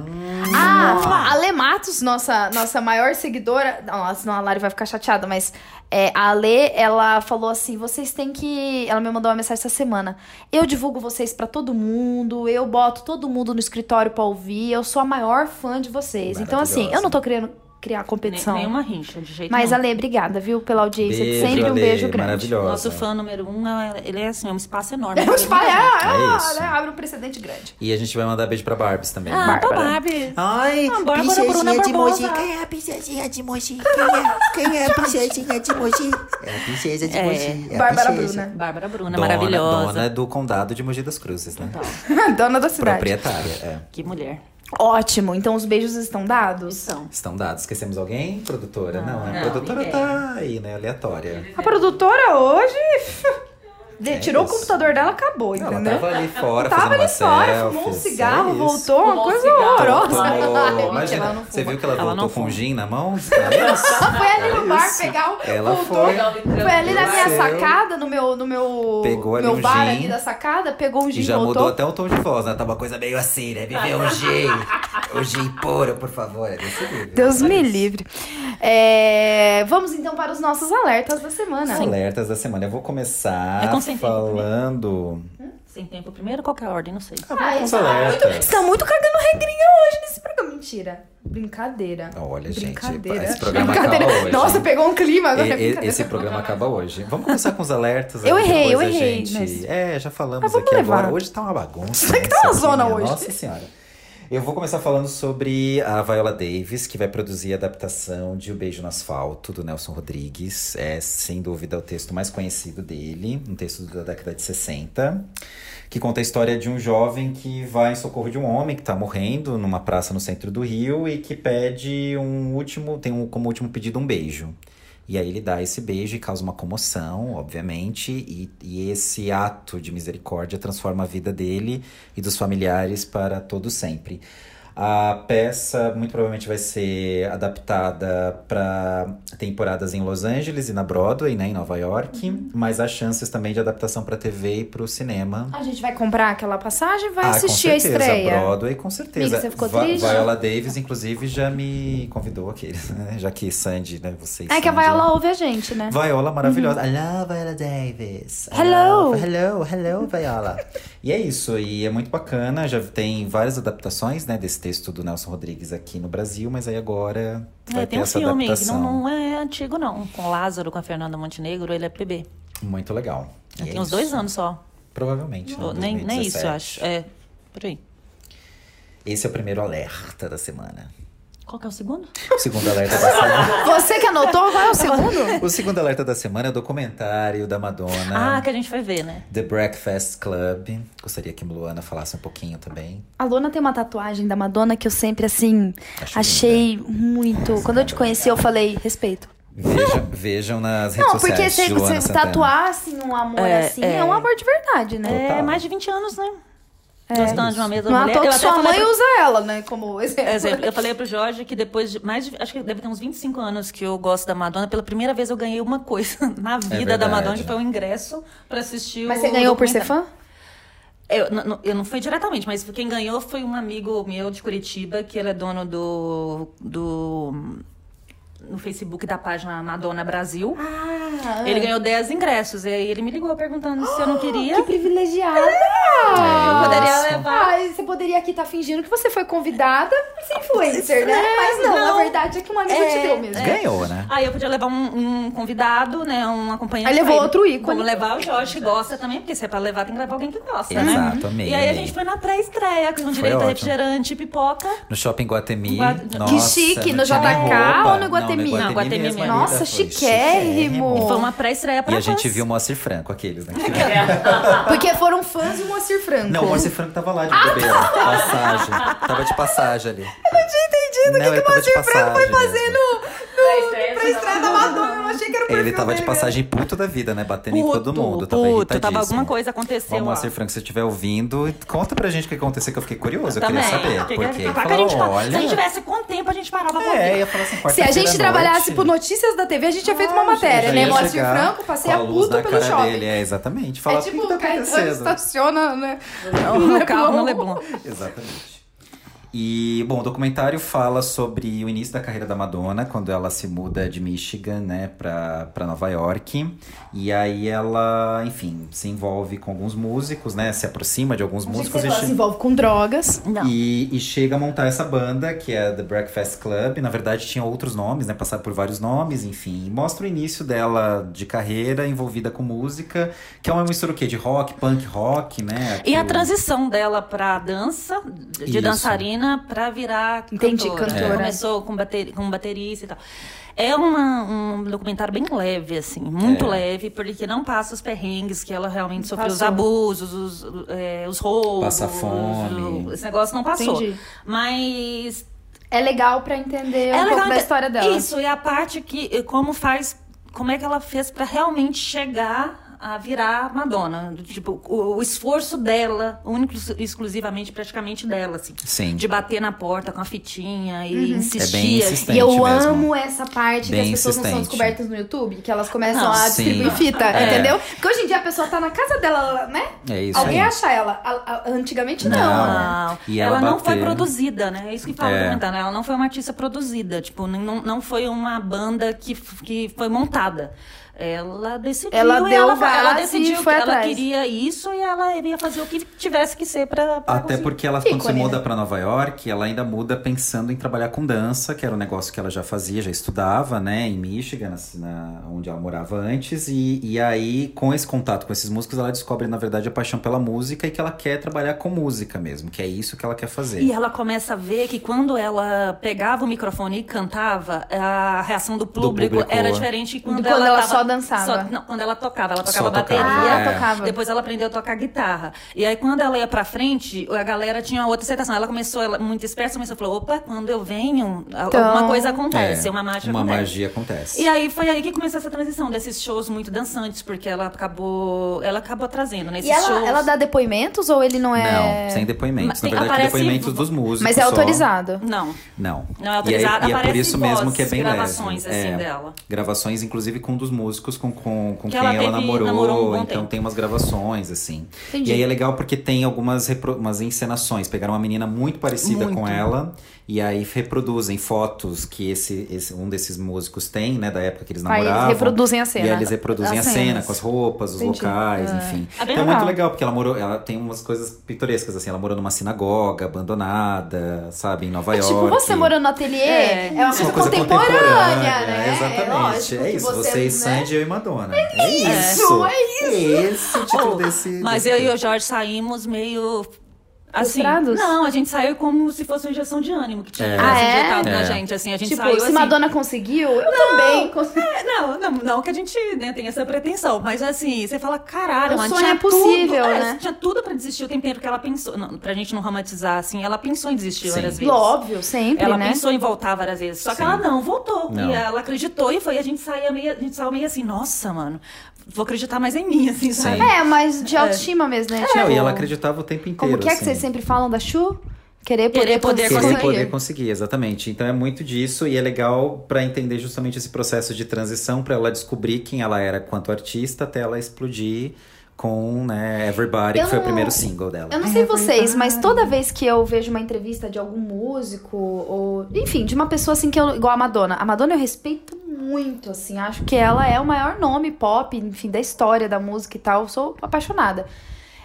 Ah, a Ale Matos, nossa, nossa maior seguidora. Nossa, senão a Lari vai ficar chateada, mas é, a Ale, ela falou assim: vocês têm que. Ela me mandou uma mensagem essa semana. Eu divulgo vocês pra todo mundo, eu boto todo mundo no escritório pra ouvir, eu sou a maior fã de vocês. Então, assim, eu não tô querendo criar competição. Nem, nenhuma rincha, de jeito Mas, nenhum. Ale, obrigada, viu, pela audiência de Beijo, sempre. Um Ale, beijo grande. Maravilhosa. Nosso fã número um, é- ele é assim, é um espaço enorme. É um espalha, É é, isso. né, abre um precedente grande. E a gente vai mandar beijo pra Barbies também. né? Ah, pra Barbie. Ai, Ah, Bárbara Bruna princesinha de Mogi. Barbosa. Quem é a princesinha de Mogi? Quem é? Quem é a princesinha de Mogi? É a princesa de É. Mogi. É a Bárbara princesa. Bruna, Bárbara Bruna, Dona- maravilhosa. Dona do condado de Mogi das Cruzes, né? dona da cidade. Proprietária, é. Que mulher. Ótimo, então os beijos estão dados? São. Estão dados. Esquecemos alguém? Produtora? Não, a não, Ah, produtora ninguém. tá aí, né? Aleatória. A produtora hoje de- tirou É isso. o computador dela, acabou, Não, entendeu? ela tava ali fora, Tava fazendo ali uma fora, selfie, fumou um é cigarro, isso. voltou, uma Fumou um coisa cigarro. horrorosa. Tomou, Gente, imagina, ela não você fuma. viu que ela, Ela não voltou com um fuma. gin na mão? É Isso. Foi ali no bar pegar o. Ela voltou. foi. Foi ali na minha Seu. sacada, no meu, no meu, Pegou ali meu um bar gin. ali da sacada, pegou um gin E já voltou. mudou até o tom de voz, né? Tá uma coisa meio assim, né? Me vê um gin. Um gin puro, por favor. É desse nível. Deus me livre. É, vamos então para os nossos alertas da semana. Alertas da semana. Eu vou começar É com né? sentido. falando. Sem tempo primeiro, qualquer ordem, não sei. Ah, Os está muito, alertas. estão muito cagando regrinha hoje nesse programa. Mentira. Brincadeira. Olha, gente, Brincadeira. esse programa Brincadeira. acaba hoje. Nossa, pegou um clima agora. E- e- brincadeira. esse programa acaba hoje. Vamos começar com os alertas. aí Eu errei, depois eu a errei, Gente... mas- É, já falamos Mas vamos aqui levar. agora. Hoje tá uma bagunça. Tá né, aquela essa zona minha, hoje. Nossa senhora. Eu vou começar falando sobre a Viola Davis, que vai produzir a adaptação de O Beijo no Asfalto, do Nelson Rodrigues. É, sem dúvida, o texto mais conhecido dele, um texto da década de 60, que conta a história de um jovem que vai em socorro de um homem que tá morrendo numa praça no centro do Rio e que pede um último, tem um, como último pedido um beijo. E aí ele dá esse beijo e causa uma comoção, obviamente, e, e esse ato de misericórdia transforma a vida dele e dos familiares para todo sempre. A peça muito provavelmente vai ser adaptada para temporadas em Los Angeles e na Broadway, né, em Nova York, Uhum. mas há chances também de adaptação para TV e para o cinema. A gente vai comprar aquela passagem e vai Ah, assistir com certeza, a estreia. Broadway, com certeza. Amiga, você ficou Va- triste? Viola Davis, inclusive, já me convidou aqui, né? Já que Sandy, né? Vocês. É que a Sandy, Viola ouve a gente, né? Viola Uhum. maravilhosa. I love Viola Davis. I Hello. love- hello, hello, Viola. e é isso, e é muito bacana. Já tem várias adaptações, né, desse texto do Nelson Rodrigues aqui no Brasil, mas aí agora vai É, ter tem um essa filme que adaptação. não, não é antigo, não. Com Lázaro, com a Fernanda Montenegro, ele é PB. Muito legal. E é tem uns isso. dois anos só. Provavelmente. né, Ou Nem, nem isso, eu 2017. acho. É, por aí. Esse é o primeiro alerta da semana. Qual que é o segundo? O segundo alerta da semana. Você que anotou, vai ao segundo. O segundo alerta da semana é o documentário da Madonna. Ah, que a gente vai ver, né? The Breakfast Club. Gostaria que a Luana falasse um pouquinho também. A Luna tem uma tatuagem da Madonna que eu sempre, assim, Acho achei muito. Quando eu te conheci, eu falei, respeito. Vejam, vejam nas redes Não, porque sociais. se Luana você Santana. tatuar, assim, um amor É, assim, é. é. um amor de verdade, né? É Total. mais de 20 anos, né? Gostando de uma mesma Não é à mulher. toa Eu que até sua falei mãe pro- é, usa ela, né? Como exemplo. Exemplo, eu falei pro Jorge que depois de mais de, acho que deve ter uns 25 anos que eu gosto da Madonna, pela primeira vez eu ganhei uma coisa na vida da É verdade. Madonna, que foi um ingresso pra assistir Mas o você ganhou por ser fã? Eu, n- n- eu não fui diretamente, mas quem ganhou foi um amigo meu de Curitiba, que ele é dono do. do no Facebook da página Madonna Brasil. Ah, Ele ganhou 10 ingressos. E aí ele me ligou perguntando se eu não queria. privilegiada! É, Eu poderia isso. levar. Ah, você poderia aqui estar fingindo que você foi convidada por ser influencer, né? Mas não, não. na verdade é que um amigo É, te deu mesmo. Ganhou, né? Aí eu podia levar um, um convidado, né? Um acompanhante. Aí levou Falei, outro ícone. Vamos levar o Jorge, que gosta também, porque se é pra levar, tem que levar alguém que gosta, né? Exato, amei, E aí a amei. gente foi na pré-estreia, com direito a ótimo. refrigerante, pipoca. No Shopping Guatemi. Gua- Nossa, Que chique, não no tinha nem JK roupa. ou no Guatemi? Não, no Não, Guatemi mesmo, mesmo. amiga, Nossa, foi chiquérrimo. Foi uma pré-estreia pra E a gente fãs. viu o Moacir Franco, aqueles, né? Porque foram fãs de Moacir Franco. Não, o Moacir Franco tava lá de bobeira. Ah, Passagem. Tava de passagem ali. Eu não tinha entendido o que, o Moacir Franco foi fazer Pra estreia, Pra estreia da Madonna, eu achei que era o perfil Ele tava tipo, de dele. passagem puto da vida, né? Batendo em todo Puto, mundo. Tava puto, tava irritadíssimo. alguma coisa aconteceu. Ô, ó. Moacir Franco, se você estiver ouvindo, conta pra gente o que aconteceu, que eu fiquei curioso. Eu, queria Também. saber. Que- Porque que- ele que a falou, gente fala- olha... Se a gente tivesse com tempo, a gente parava pra É, ouvir. ia falar assim, Se a gente quarta-feira à trabalhasse noite, por notícias da TV, a gente tinha feito uma ah, matéria, gente, né? ia Mostre chegar Franco, com passeia a luz puto na pelo cara shopping. Dele. É, exatamente. Falar É o que tipo, que tá o Caetano acontecendo. estaciona, né? então. No carro, no Leblon. Exatamente. E, bom, o documentário fala sobre o início da carreira da Madonna, quando ela se muda de Michigan, né, pra, pra Nova York. E aí ela, enfim, se envolve com alguns músicos, né, se aproxima de alguns músicos. e Ela che- Tipo, se envolve com drogas. Não. e, e chega a montar essa banda, que é The Breakfast Club. Na verdade, tinha outros nomes, né? Passar por vários nomes, enfim. E mostra o início dela de carreira envolvida com música, que é uma mistura o quê? De rock, punk rock, né? E a Aquilo- transição dela pra dança, de Isso. dançarina, pra virar Entendi, cantora. cantora. Ela Começou com, bate- com baterista e tal. É uma- um documentário bem leve, assim, muito É. leve, porque não passa os perrengues que ela realmente sofreu, os Passou. abusos, os, é, os roubos. Passa fome. o- Esse negócio não passou. Entendi. Mas É legal pra entender um pouco da ente- história dela. É Isso, e a parte que como faz, como é que ela fez pra realmente chegar a virar Madonna, tipo, o, o esforço dela, único e exclusivamente praticamente dela assim. Sim. De bater na porta com a fitinha e Uhum. assim, É bem insistia. insistente E eu mesmo. amo essa parte que Bem as pessoas não são insistente. descobertas no YouTube, que elas começam Não, a sim. distribuir fita, É. entendeu? Porque hoje em dia a pessoa tá na casa dela, né? É isso Alguém aí. acha ela. A- a- antigamente não. Não. né? Não. é. E ela ela não foi bateu. produzida, né? É isso que fala É. é. comentando. Ela não foi uma artista produzida. Tipo, nem- não, não foi uma banda que, f- que foi montada. Ela decidiu. Ela e deu ela, o fa- ela gás e decidiu foi que ela atrás. queria isso e ela iria fazer o que tivesse que ser pra. pra Até conseguir. porque ela, Ícone, quando se muda né? pra Nova York, ela ainda muda pensando em trabalhar com dança, que era um negócio que ela já fazia, já estudava, né, em Michigan, na- na- onde ela morava antes. E, e aí, com esse contato com esses músicos, ela descobre, na verdade, a paixão pela música e que ela quer trabalhar com música mesmo, que é isso que ela quer fazer. E ela começa a ver que quando ela pegava o microfone e cantava, a reação do público, público. era diferente quando, Do quando ela tava- só dançava. não, quando ela tocava, ela tocava Só tocava, bateria. Ah, é. tocava. Depois ela aprendeu a tocar guitarra. E aí quando ela ia pra frente, a galera tinha outra aceitação. Ela começou, ela, muito esperta, começou a falar: opa, quando eu venho, Então, alguma coisa acontece, Assim, uma mágica É, uma acontece. magia acontece. E aí foi aí que começou essa transição desses shows muito dançantes, porque ela acabou, ela acabou trazendo nesses E ela, shows. ela dá depoimentos ou ele não é. Não, sem depoimentos. Mas Na tem- verdade, aparece- depoimentos dos músicos. Mas é só. autorizado. Não. Não. Não é e autorizado, é, e é por aparece isso mesmo voz, que é bem gravações, leve. assim, É, dela. Gravações, inclusive, com um dos músicos com, com, com Que quem ela ela, teve- namorou. namorou um bom então tempo. tem umas gravações, assim. Entendi. E aí é legal porque tem algumas repro- umas encenações. Pegaram uma menina muito parecida Muito. com ela. E aí reproduzem fotos que esse, esse- um desses músicos tem, né? Da época que eles Aí eles namoravam. reproduzem a cena. É assim. E aí eles reproduzem a, As cena, cenas. com as roupas, os Entendi. Ah, locais, enfim. É bem então é legal. muito legal, porque ela morou. Ela tem umas coisas pitorescas, assim. Ela morou numa sinagoga abandonada, sabe? Em Nova É York. tipo, você morando no ateliê é, É. uma Isso é coisa contemporânea, né? Exatamente. É, lógico que isso. Vocês, né? Sandy, eu e Madonna. É isso. É isso. É esse o título Oh, desse. Uhum. Mas eu desse- e o Jorge saímos meio. Assim, Frustrados? não, a gente saiu como se fosse uma injeção de ânimo que tinha É. sido Ah, é? injetado na É. gente, assim, a gente Tipo, saiu se assim. Madonna conseguiu, eu também consegui. É, Não, não, não que a gente né, tenha essa pretensão, mas assim, você fala, caralho, O mano, sonho tinha é possível, tudo, é, né? tinha tudo pra desistir o tempo inteiro que ela pensou, não, pra gente não romantizar, assim, ela pensou em desistir Sim. várias vezes. Óbvio, sempre, Ela né? pensou em voltar várias vezes, só que Sim. ela não voltou. Não. E ela acreditou e foi, a gente saía meio, a gente saiu meio assim, nossa, mano, vou acreditar mais em mim, assim, sabe? É, mas de autoestima mesmo, né? Não, Tipo, e ela acreditava o tempo inteiro. Como que é que assim. vocês sempre falam da Chu? Querer poder Querer, poder, conseguir. Querer poder conseguir, exatamente. Então é muito disso e é legal pra entender justamente esse processo de transição pra ela descobrir quem ela era quanto artista até ela explodir com né, Everybody, Eu que foi o não- primeiro single dela. Eu não sei vocês, mas toda vez que eu vejo uma entrevista de algum músico ou, enfim, de uma pessoa assim que eu igual a Madonna. A Madonna eu respeito muito, assim, acho que ela é o maior nome pop, enfim, da história da música e tal. Eu sou apaixonada.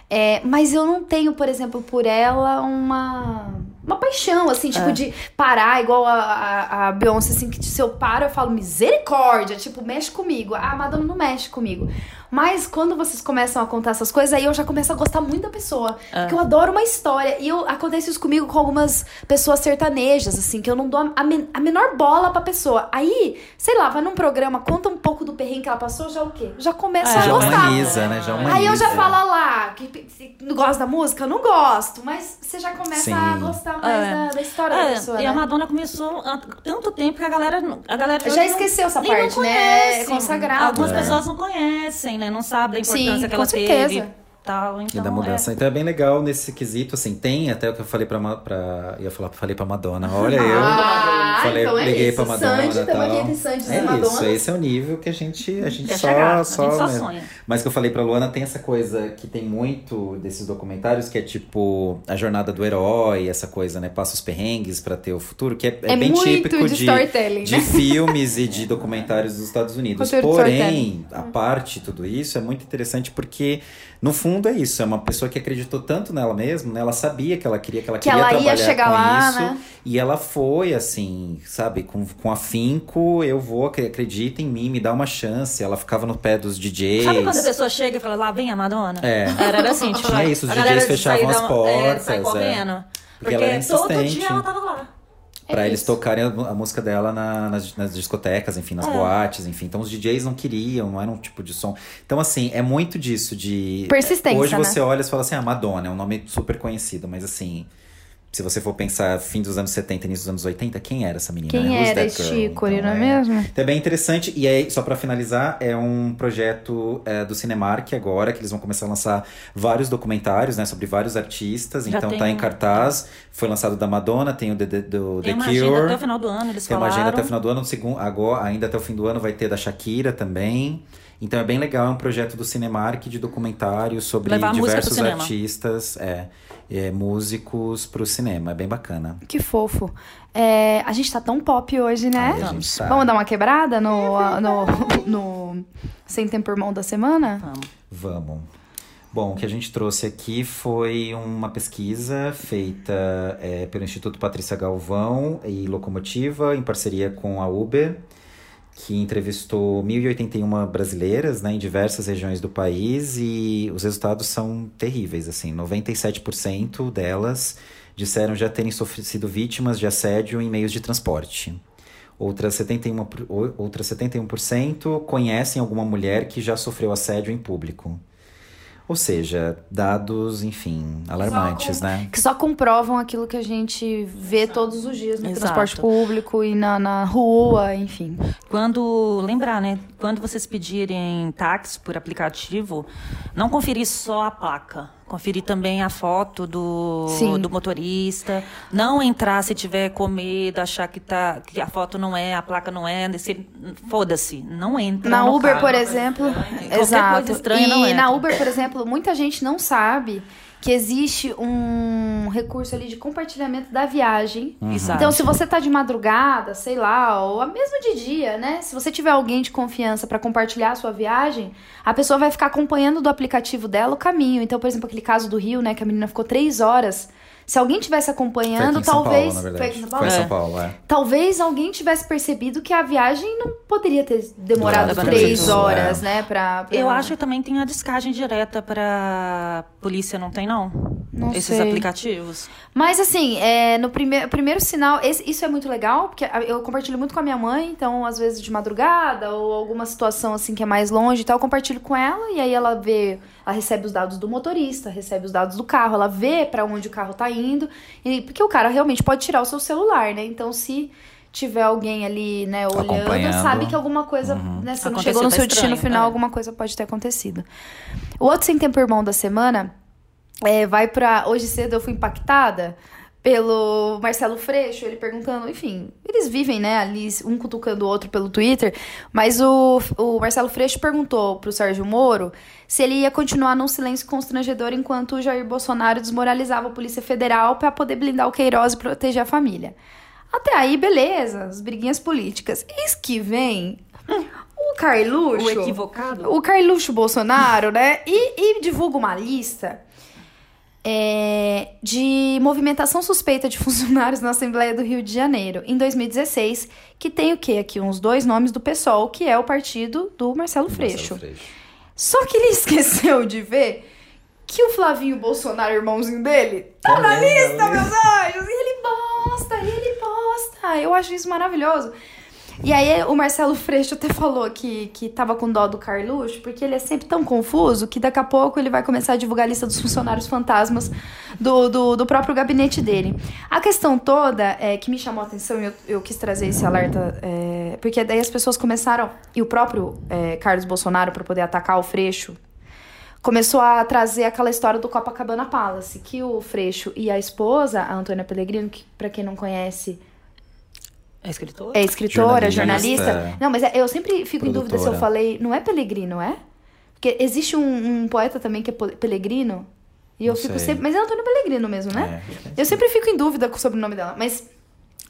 É, mas eu não tenho, por exemplo, por ela uma uma paixão, assim, tipo, de parar igual a, a, a Beyoncé, assim, que se eu paro, eu falo misericórdia, tipo, Ah, mexe comigo. A Madonna não mexe comigo. Mas quando vocês começam a contar essas coisas, aí eu já começo a gostar muito da pessoa. Ah. Porque eu adoro uma história. E eu, acontece isso comigo com algumas pessoas sertanejas, assim, que eu não dou a, a men- a menor bola pra pessoa. Aí, sei lá, vai num programa, conta um pouco do perrengue que ela passou, já o quê? Já começa É, a já gostar. humaniza, né? Já humaniza. Aí eu já falo, "Ah lá, que, que- não gosta da música? Eu não gosto. Mas você já começa Sim. a gostar mais É. da, da história da pessoa, É, e a né? Madonna começou há tanto tempo que a galera, não- a galera Já não- esqueceu essa nem não parte, né? É conhece. consagrado. Algumas né? pessoas não conhecem, né? Não sabem da importância Sim, que com ela certeza. teve. Tal, então, E da mudança. Então é bem legal nesse quesito, assim, tem até o que eu falei pra. Ma- pra eu ia falar, falei pra Madonna. Olha eu. Ah, Falei, então é liguei isso. pra Madonna. Sandy, tal. estamos aqui entre Sandy é e Madonna. isso, esse é o nível que a gente, a gente Quer só. chegar, É, a gente só, só né? sonha. Mas que eu falei pra Luana, tem essa coisa que tem muito desses documentários, que é tipo a jornada do herói, essa coisa, né? Passa os perrengues pra ter o futuro, que é, é É bem muito típico de de, storytelling, né? de filmes e de documentários dos Estados Unidos. Conteúdo de Porém, a parte de tudo isso é muito interessante porque, no fundo, é isso. É uma pessoa que acreditou tanto nela mesma, né? Ela sabia que ela queria, que ela Que queria ela ia trabalhar chegar com lá, isso. né? E ela foi, assim, sabe, com, com afinco, eu vou, acre- acredita em mim, me dá uma chance. Ela ficava no pé dos DJs. Sabe quando a pessoa chega e fala, lá vem a Madonna? É. Era, era assim, tipo... Tinha isso, os a DJs galera fechavam saía as da- é, portas, é. saía correndo. Porque ela era todo insistente. dia ela tava lá. tá- É Pra eles isso. tocarem a, a música dela na- nas, nas discotecas, enfim, nas É. boates, enfim. Então os DJs não queriam, não era um tipo de som. Então, assim, é muito disso de. Persistência, Hoje né? você olha e fala assim, ah, Madonna é um nome super conhecido, mas assim. Se você for pensar fim dos anos 70, início dos anos 80, quem era essa menina? Quem é né? Who's era that este girl? ícone, Então, não é mesmo? Então é bem interessante. E aí, só pra finalizar, é um projeto é, do Cinemark agora, que eles vão começar a lançar vários documentários, né? Sobre vários artistas. Já então tem tá em um. cartaz. Foi lançado da Madonna, tem o The, The- do Tem The uma agenda Cure. até o final do ano, eles Tem uma falaram. agenda até o final do ano, no segun- agora, ainda até o fim do ano vai ter da Shakira também. Então é bem legal, é um projeto do Cinemark de documentário sobre Levar a música pro diversos cinema. artistas, é, é, músicos pro cinema. É bem bacana. Que fofo. É, a gente tá tão pop hoje, né? Aí a gente tá- Vamos dar uma quebrada no, no, no Sem Tempo Irmão da semana? Vamos. Vamos. Bom, o que a gente trouxe aqui foi uma pesquisa feita eh, pelo Instituto Patrícia Galvão e Locomotiva, em parceria com a Uber, que entrevistou 1.081 brasileiras né, em diversas regiões do país e os resultados são terríveis. Assim, 97% delas disseram já terem sofri- sido vítimas de assédio em meios de transporte. Outras 71%, por- ou- outras 71% conhecem alguma mulher que já sofreu assédio em público. Ou seja, dados, enfim, alarmantes, né? Que só comprovam aquilo que a gente vê todos os dias no Exato. transporte público e na, na rua, enfim. Quando, lembrar, né? Quando vocês pedirem táxi por aplicativo, não conferir só a placa. Conferir também a foto do, Sim. do motorista. Não entrar se tiver com medo, achar que, tá, que a foto não é, a placa não é. se- Foda-se, não entra. Na no Uber, carro. por né? exemplo. coisa Exato. estranha e não entra. na Uber, por exemplo, muita gente não sabe que existe um recurso ali de compartilhamento da viagem. Uhum. Exato. Então, se você tá de madrugada, sei lá, ou a mesmo de dia, né? Se você tiver alguém de confiança pra compartilhar a sua viagem, a pessoa vai ficar acompanhando do aplicativo dela o caminho. Então, por exemplo, aquele caso do Rio, né? Que a menina ficou três horas. Se alguém tivesse Foi aqui acompanhando, em São talvez. Paulo, na Foi aqui verdade. em São Foi Paulo? em É. São Paulo, é. Talvez alguém tivesse percebido que a viagem não poderia ter demorado Demorado três tanto, horas, é. né? Pra, pra- Eu acho que também tem a descagem direta para polícia, não tem não? Não Esses sei. aplicativos. Mas assim, é, no prime primeiro sinal, esse- isso é muito legal, porque a- eu compartilho muito com a minha mãe, então às vezes de madrugada ou alguma situação assim que é mais longe e tal, eu compartilho com ela e aí ela vê, ela recebe os dados do motorista, recebe os dados do carro, ela vê pra onde o carro tá indo, e porque o cara realmente pode tirar o seu celular, né? Então se tiver alguém ali, né, olhando, Acompanhando. sabe que alguma coisa, né, se não Aconteceu, chegou no tá seu destino estranho, final, é. alguma coisa pode ter acontecido. O outro sem tempo irmão da semana é, vai pra. Hoje cedo eu fui impactada pelo Marcelo Freixo, ele perguntando, enfim, eles vivem, né, ali um cutucando o outro pelo Twitter, mas o, o Marcelo Freixo perguntou pro Sérgio Moro se ele ia continuar num silêncio constrangedor enquanto o Jair Bolsonaro desmoralizava a Polícia Federal pra poder blindar o Queiroz e proteger a família. Até aí, beleza, as briguinhas políticas. Eis que vem o Carluxo. O equivocado? O Carluxo Bolsonaro, né? E, e divulga uma lista é, de movimentação suspeita de funcionários na Assembleia do Rio de Janeiro, em 2016, que tem o quê? Aqui uns dois nomes do PSOL, que é o partido do Marcelo Freixo. Marcelo Freixo. Só que ele esqueceu de ver que o Flavinho Bolsonaro, irmãozinho dele, tá Também na na lista, lista. meus anjos! E ele posta, e ele posta. Eu acho isso maravilhoso. E aí o Marcelo Freixo até falou que, que tava com dó do Carluxo, porque ele é sempre tão confuso que daqui a pouco ele vai começar a divulgar a lista dos funcionários fantasmas do, do, do próprio gabinete dele. A questão toda é, que me chamou a atenção e eu, eu quis trazer esse alerta, é, porque daí as pessoas começaram, e o próprio é, Carlos Bolsonaro, para poder atacar o Freixo, começou a trazer aquela história do Copacabana Palace, que o Freixo e a esposa, a Antônia Pellegrino, que pra quem não conhece, É escritor? é escritora, jornalista. Jornalista. Não, mas é- eu sempre fico em dúvida se eu Produtora. falei, não é Pellegrino, é? Porque existe um, um poeta também que é po- Pellegrino, e eu Não fico sei. sempre, mas é Antônio Pellegrino mesmo, né? É. Eu sempre fico em dúvida com- sobre o nome dela, mas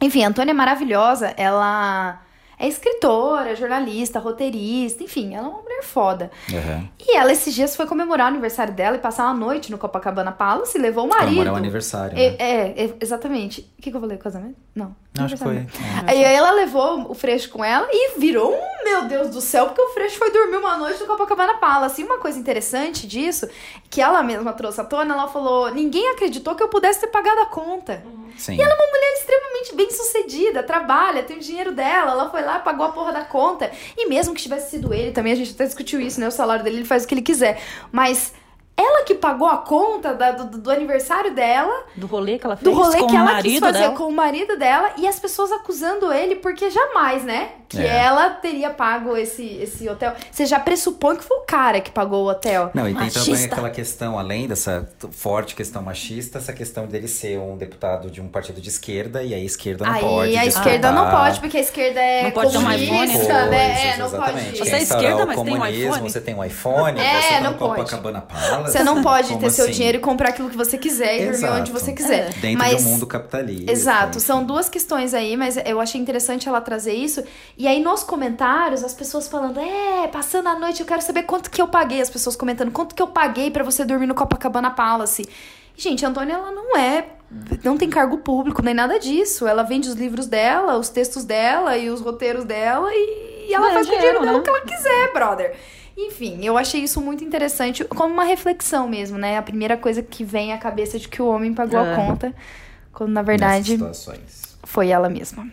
enfim, a Antônia é maravilhosa, ela é escritora, jornalista, roteirista, enfim, ela é uma mulher foda. Aham. E ela esses dias foi comemorar o aniversário dela e passar uma noite no Copacabana Palace e levou o marido. Comemorar é o aniversário, né? É, é, é, exatamente. O que, que eu falei? Casamento? Não. Não, acho que foi. Aniversário. E aí ela levou o Freixo com ela e virou um, meu Deus do céu, porque o Freixo foi dormir uma noite no Copacabana Palace. E uma coisa interessante disso, que ela mesma trouxe à tona, ela falou, ninguém acreditou que eu pudesse ter pagado a conta. É. Sim. Ela é extremamente bem sucedida, trabalha, tem o dinheiro dela, ela foi lá, pagou a porra da conta. E mesmo que tivesse sido ele, também a gente até discutiu isso, né? O salário dele, ele faz o que ele quiser. Mas ela que pagou a conta da- do, do aniversário dela, Do rolê que ela fez do rolê com que o ela quis marido fazer dela. com o marido dela, e as pessoas acusando ele, porque jamais, né? Que É. ela teria pago esse, esse hotel. Você já pressupõe que foi o cara que pagou o hotel. Não, e tem também Machista. aquela questão, além dessa t- forte questão machista, essa questão dele ser um deputado de um partido de esquerda, e aí a esquerda não Aí pode. a esquerda não pode, porque a esquerda é Não pode ter um iPhone, comunista, Coisas, né? É, não exatamente. pode. Você Quer é instaurar esquerda, o mas tem um comunismo, iPhone? Você tem um iPhone, É, você tá não no pode. Copacabana Palace. Você não pode Como ter seu assim? dinheiro e comprar aquilo que você quiser e dormir Exato. É. onde você quiser. Dentro mas, do mundo capitalista. Exato, são duas questões aí, mas eu achei interessante ela trazer isso. E aí nos comentários, as pessoas falando: "É, passando a noite, eu quero saber quanto que eu paguei". As pessoas comentando: "Quanto que eu paguei pra você dormir no Copacabana Palace?". E, Gente, a Antônia ela não é não tem cargo público nem nada disso. Ela vende os livros dela, os textos dela e os roteiros dela e, e ela Ganha faz com o dinheiro, dinheiro dela né? o que ela quiser, brother. Enfim, eu achei isso muito interessante como uma reflexão mesmo, né? A primeira coisa que vem à cabeça de que o homem pagou a É. conta, quando na Nessas verdade situações. foi ela mesma.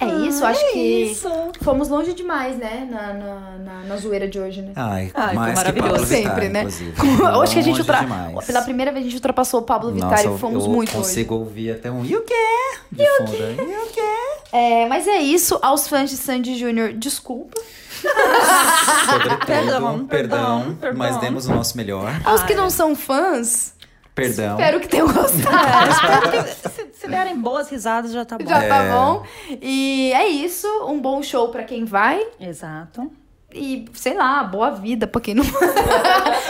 É isso, acho que Isso. fomos longe demais, né? Na, na, na, na zoeira de hoje, né? Ai, Ai, foi mais que maravilhoso. Pablo Vittar, Sempre, né? Ah, inclusive. Hoje que a gente Longe ultra... demais. pela primeira vez a gente ultrapassou o Pablo Vittar Nossa, e fomos eu, muito eu longe. consigo ouvir até um e o quê? De fundo. E o quê? É, mas é isso, aos fãs de Sandy Júnior, desculpa. Perdão, Sobretudo, perdão, perdão, perdão. mas demos o nosso melhor. Aos que não são fãs, Perdão. espero que tenham gostado. É, espero que se, se derem boas risadas já tá bom. Já tá É. bom. E é isso, um bom show pra quem vai. Exato. E, sei lá, boa vida pra quem não.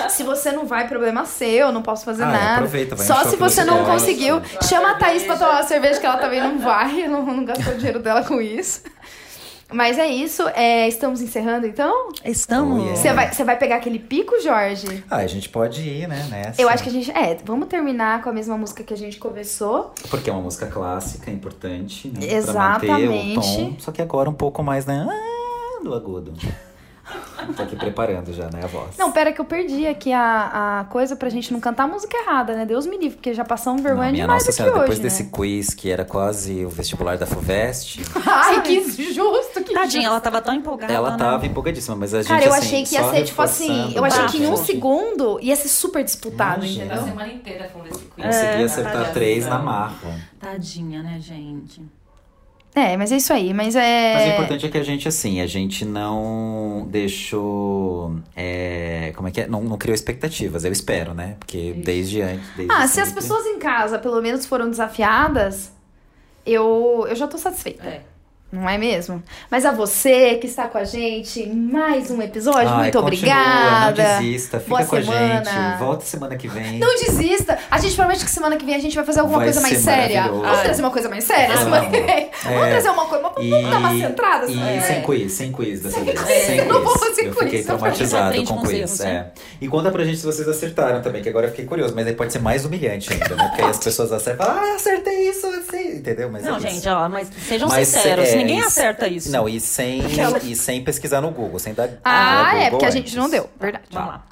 se você não vai, problema seu, não posso fazer Ah, é, nada. aproveita, vai no Só show se que você você não gosta. conseguiu, Vai chama a na Thaís pra cerveja. tomar uma cerveja, que ela também não vai, não, não gastou o dinheiro dela com isso. Mas é isso, é, estamos encerrando então? Estamos. Oh, yeah. Você vai, você vai pegar aquele pico, Jorge? Ah, a gente pode ir, né, nessa. Eu acho que a gente. É, vamos terminar com a mesma música que a gente conversou. Porque é uma música clássica, importante, né? Pra manter Exatamente. o tom, só que agora um pouco mais, né? ah, do agudo. Tô aqui preparando já, né, a voz. Não, pera que eu perdi aqui a, a coisa pra gente não cantar a música errada, né? Deus me livre, porque já passamos vergonha minha demais nossa aqui senhora, hoje. depois né? desse quiz que era quase o vestibular da FUVEST, Ai, que justo, que Tadinha, ela tava tão empolgada. ela né? tava empolgadíssima, mas a gente Ah, Cara, eu assim, achei que ia só ser, tipo reforçando assim, eu achei que em um bafo. segundo ia ser super disputado, Imagina. A entendeu? semana inteira com esse quiz. Consegui É, acertar Tá, três tá. na marra. Tadinha, né, gente? É, mas é isso aí, mas é. Mas o importante é que a gente, assim, a gente não deixou. é, como é que é? Não, não criou expectativas, eu espero, né? Porque desde antes. desde Ah, se as sempre- pessoas em casa pelo menos foram desafiadas, eu, eu já tô satisfeita. É. Não é mesmo? Mas a você que está com a gente em mais um episódio, Ai, muito Ah, é, continua, obrigada. Não desista, fica Boa com semana. a gente. Volta semana que vem. Não desista! A gente promete que semana que vem a gente vai fazer alguma Vai coisa ser mais séria. maravilhoso. Vamos trazer uma coisa mais séria Vamos. semana que vem. Vamos É. trazer uma coisa. Vamos E, dar uma centrada e semana que vem. sem quiz, sem quiz dessa vez. quiz, eu não vou fazer eu quiz, fiquei eu tô traumatizado aprendendo com com os quiz. erros, é. né? E conta pra gente se vocês acertaram também, que agora eu fiquei curioso, mas aí pode ser mais humilhante ainda, né? Porque aí as pessoas acertam, ah, acertei isso, assim, entendeu? Mas é Não, isso. gente, ó, mas sejam Mas, sinceros, é, ninguém isso. acerta isso. Não, e sem, e sem pesquisar no Google, sem dar. Ah, dar é, Google porque a antes. gente não deu. Verdade. Vamos lá.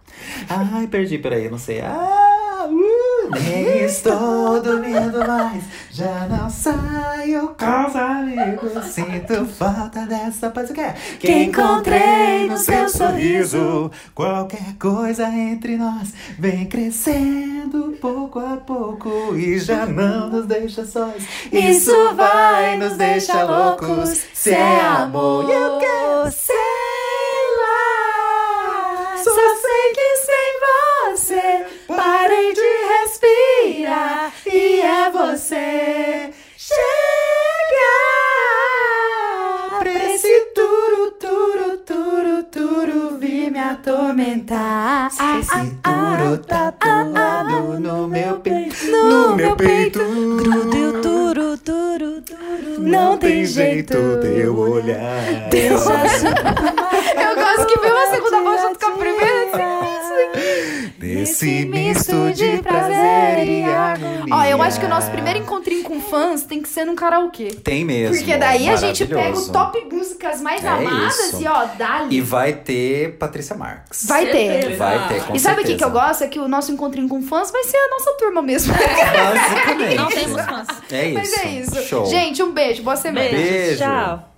Ai, perdi, peraí, eu não sei. Ah, uh, nem estou dormindo mais, já não saio com os amigos. Sinto falta dessa paz. O que é? Que encontrei no seu sorriso. Qualquer coisa entre nós vem crescendo pouco a pouco e já não nos deixa sós. Isso vai nos deixa loucos. Se é amor, eu quero sei lá. Só sei que sem você parei de respirar e é você chegar pra esse turu turu turu turu vir me atormentar Ah, esse turu tá tatuado ah, no meu peito no meu peito Gruda e o turu, turu, turu. Não tem jeito. teu olhar Eu gosto que veio a segunda voz junto com a primeira. assim. Nesse misto de prazer e harmonia. Ó, eu acho que o nosso primeiro encontrinho com fãs tem que ser num karaokê. Tem mesmo. Porque daí a gente pega o maravilhoso. top músicas mais É amadas isso. e ó, dali. E vai ter Patrícia Marques. Vai ter. Certeza. Vai ter, com E sabe o que, que eu certeza. gosto? É que o nosso encontrinho com fãs vai ser a nossa turma mesmo. Basicamente. Não temos fãs. É isso. Mas é isso. Show. Gente, um beijo. Boa semana. Beijo. Beijo. Tchau.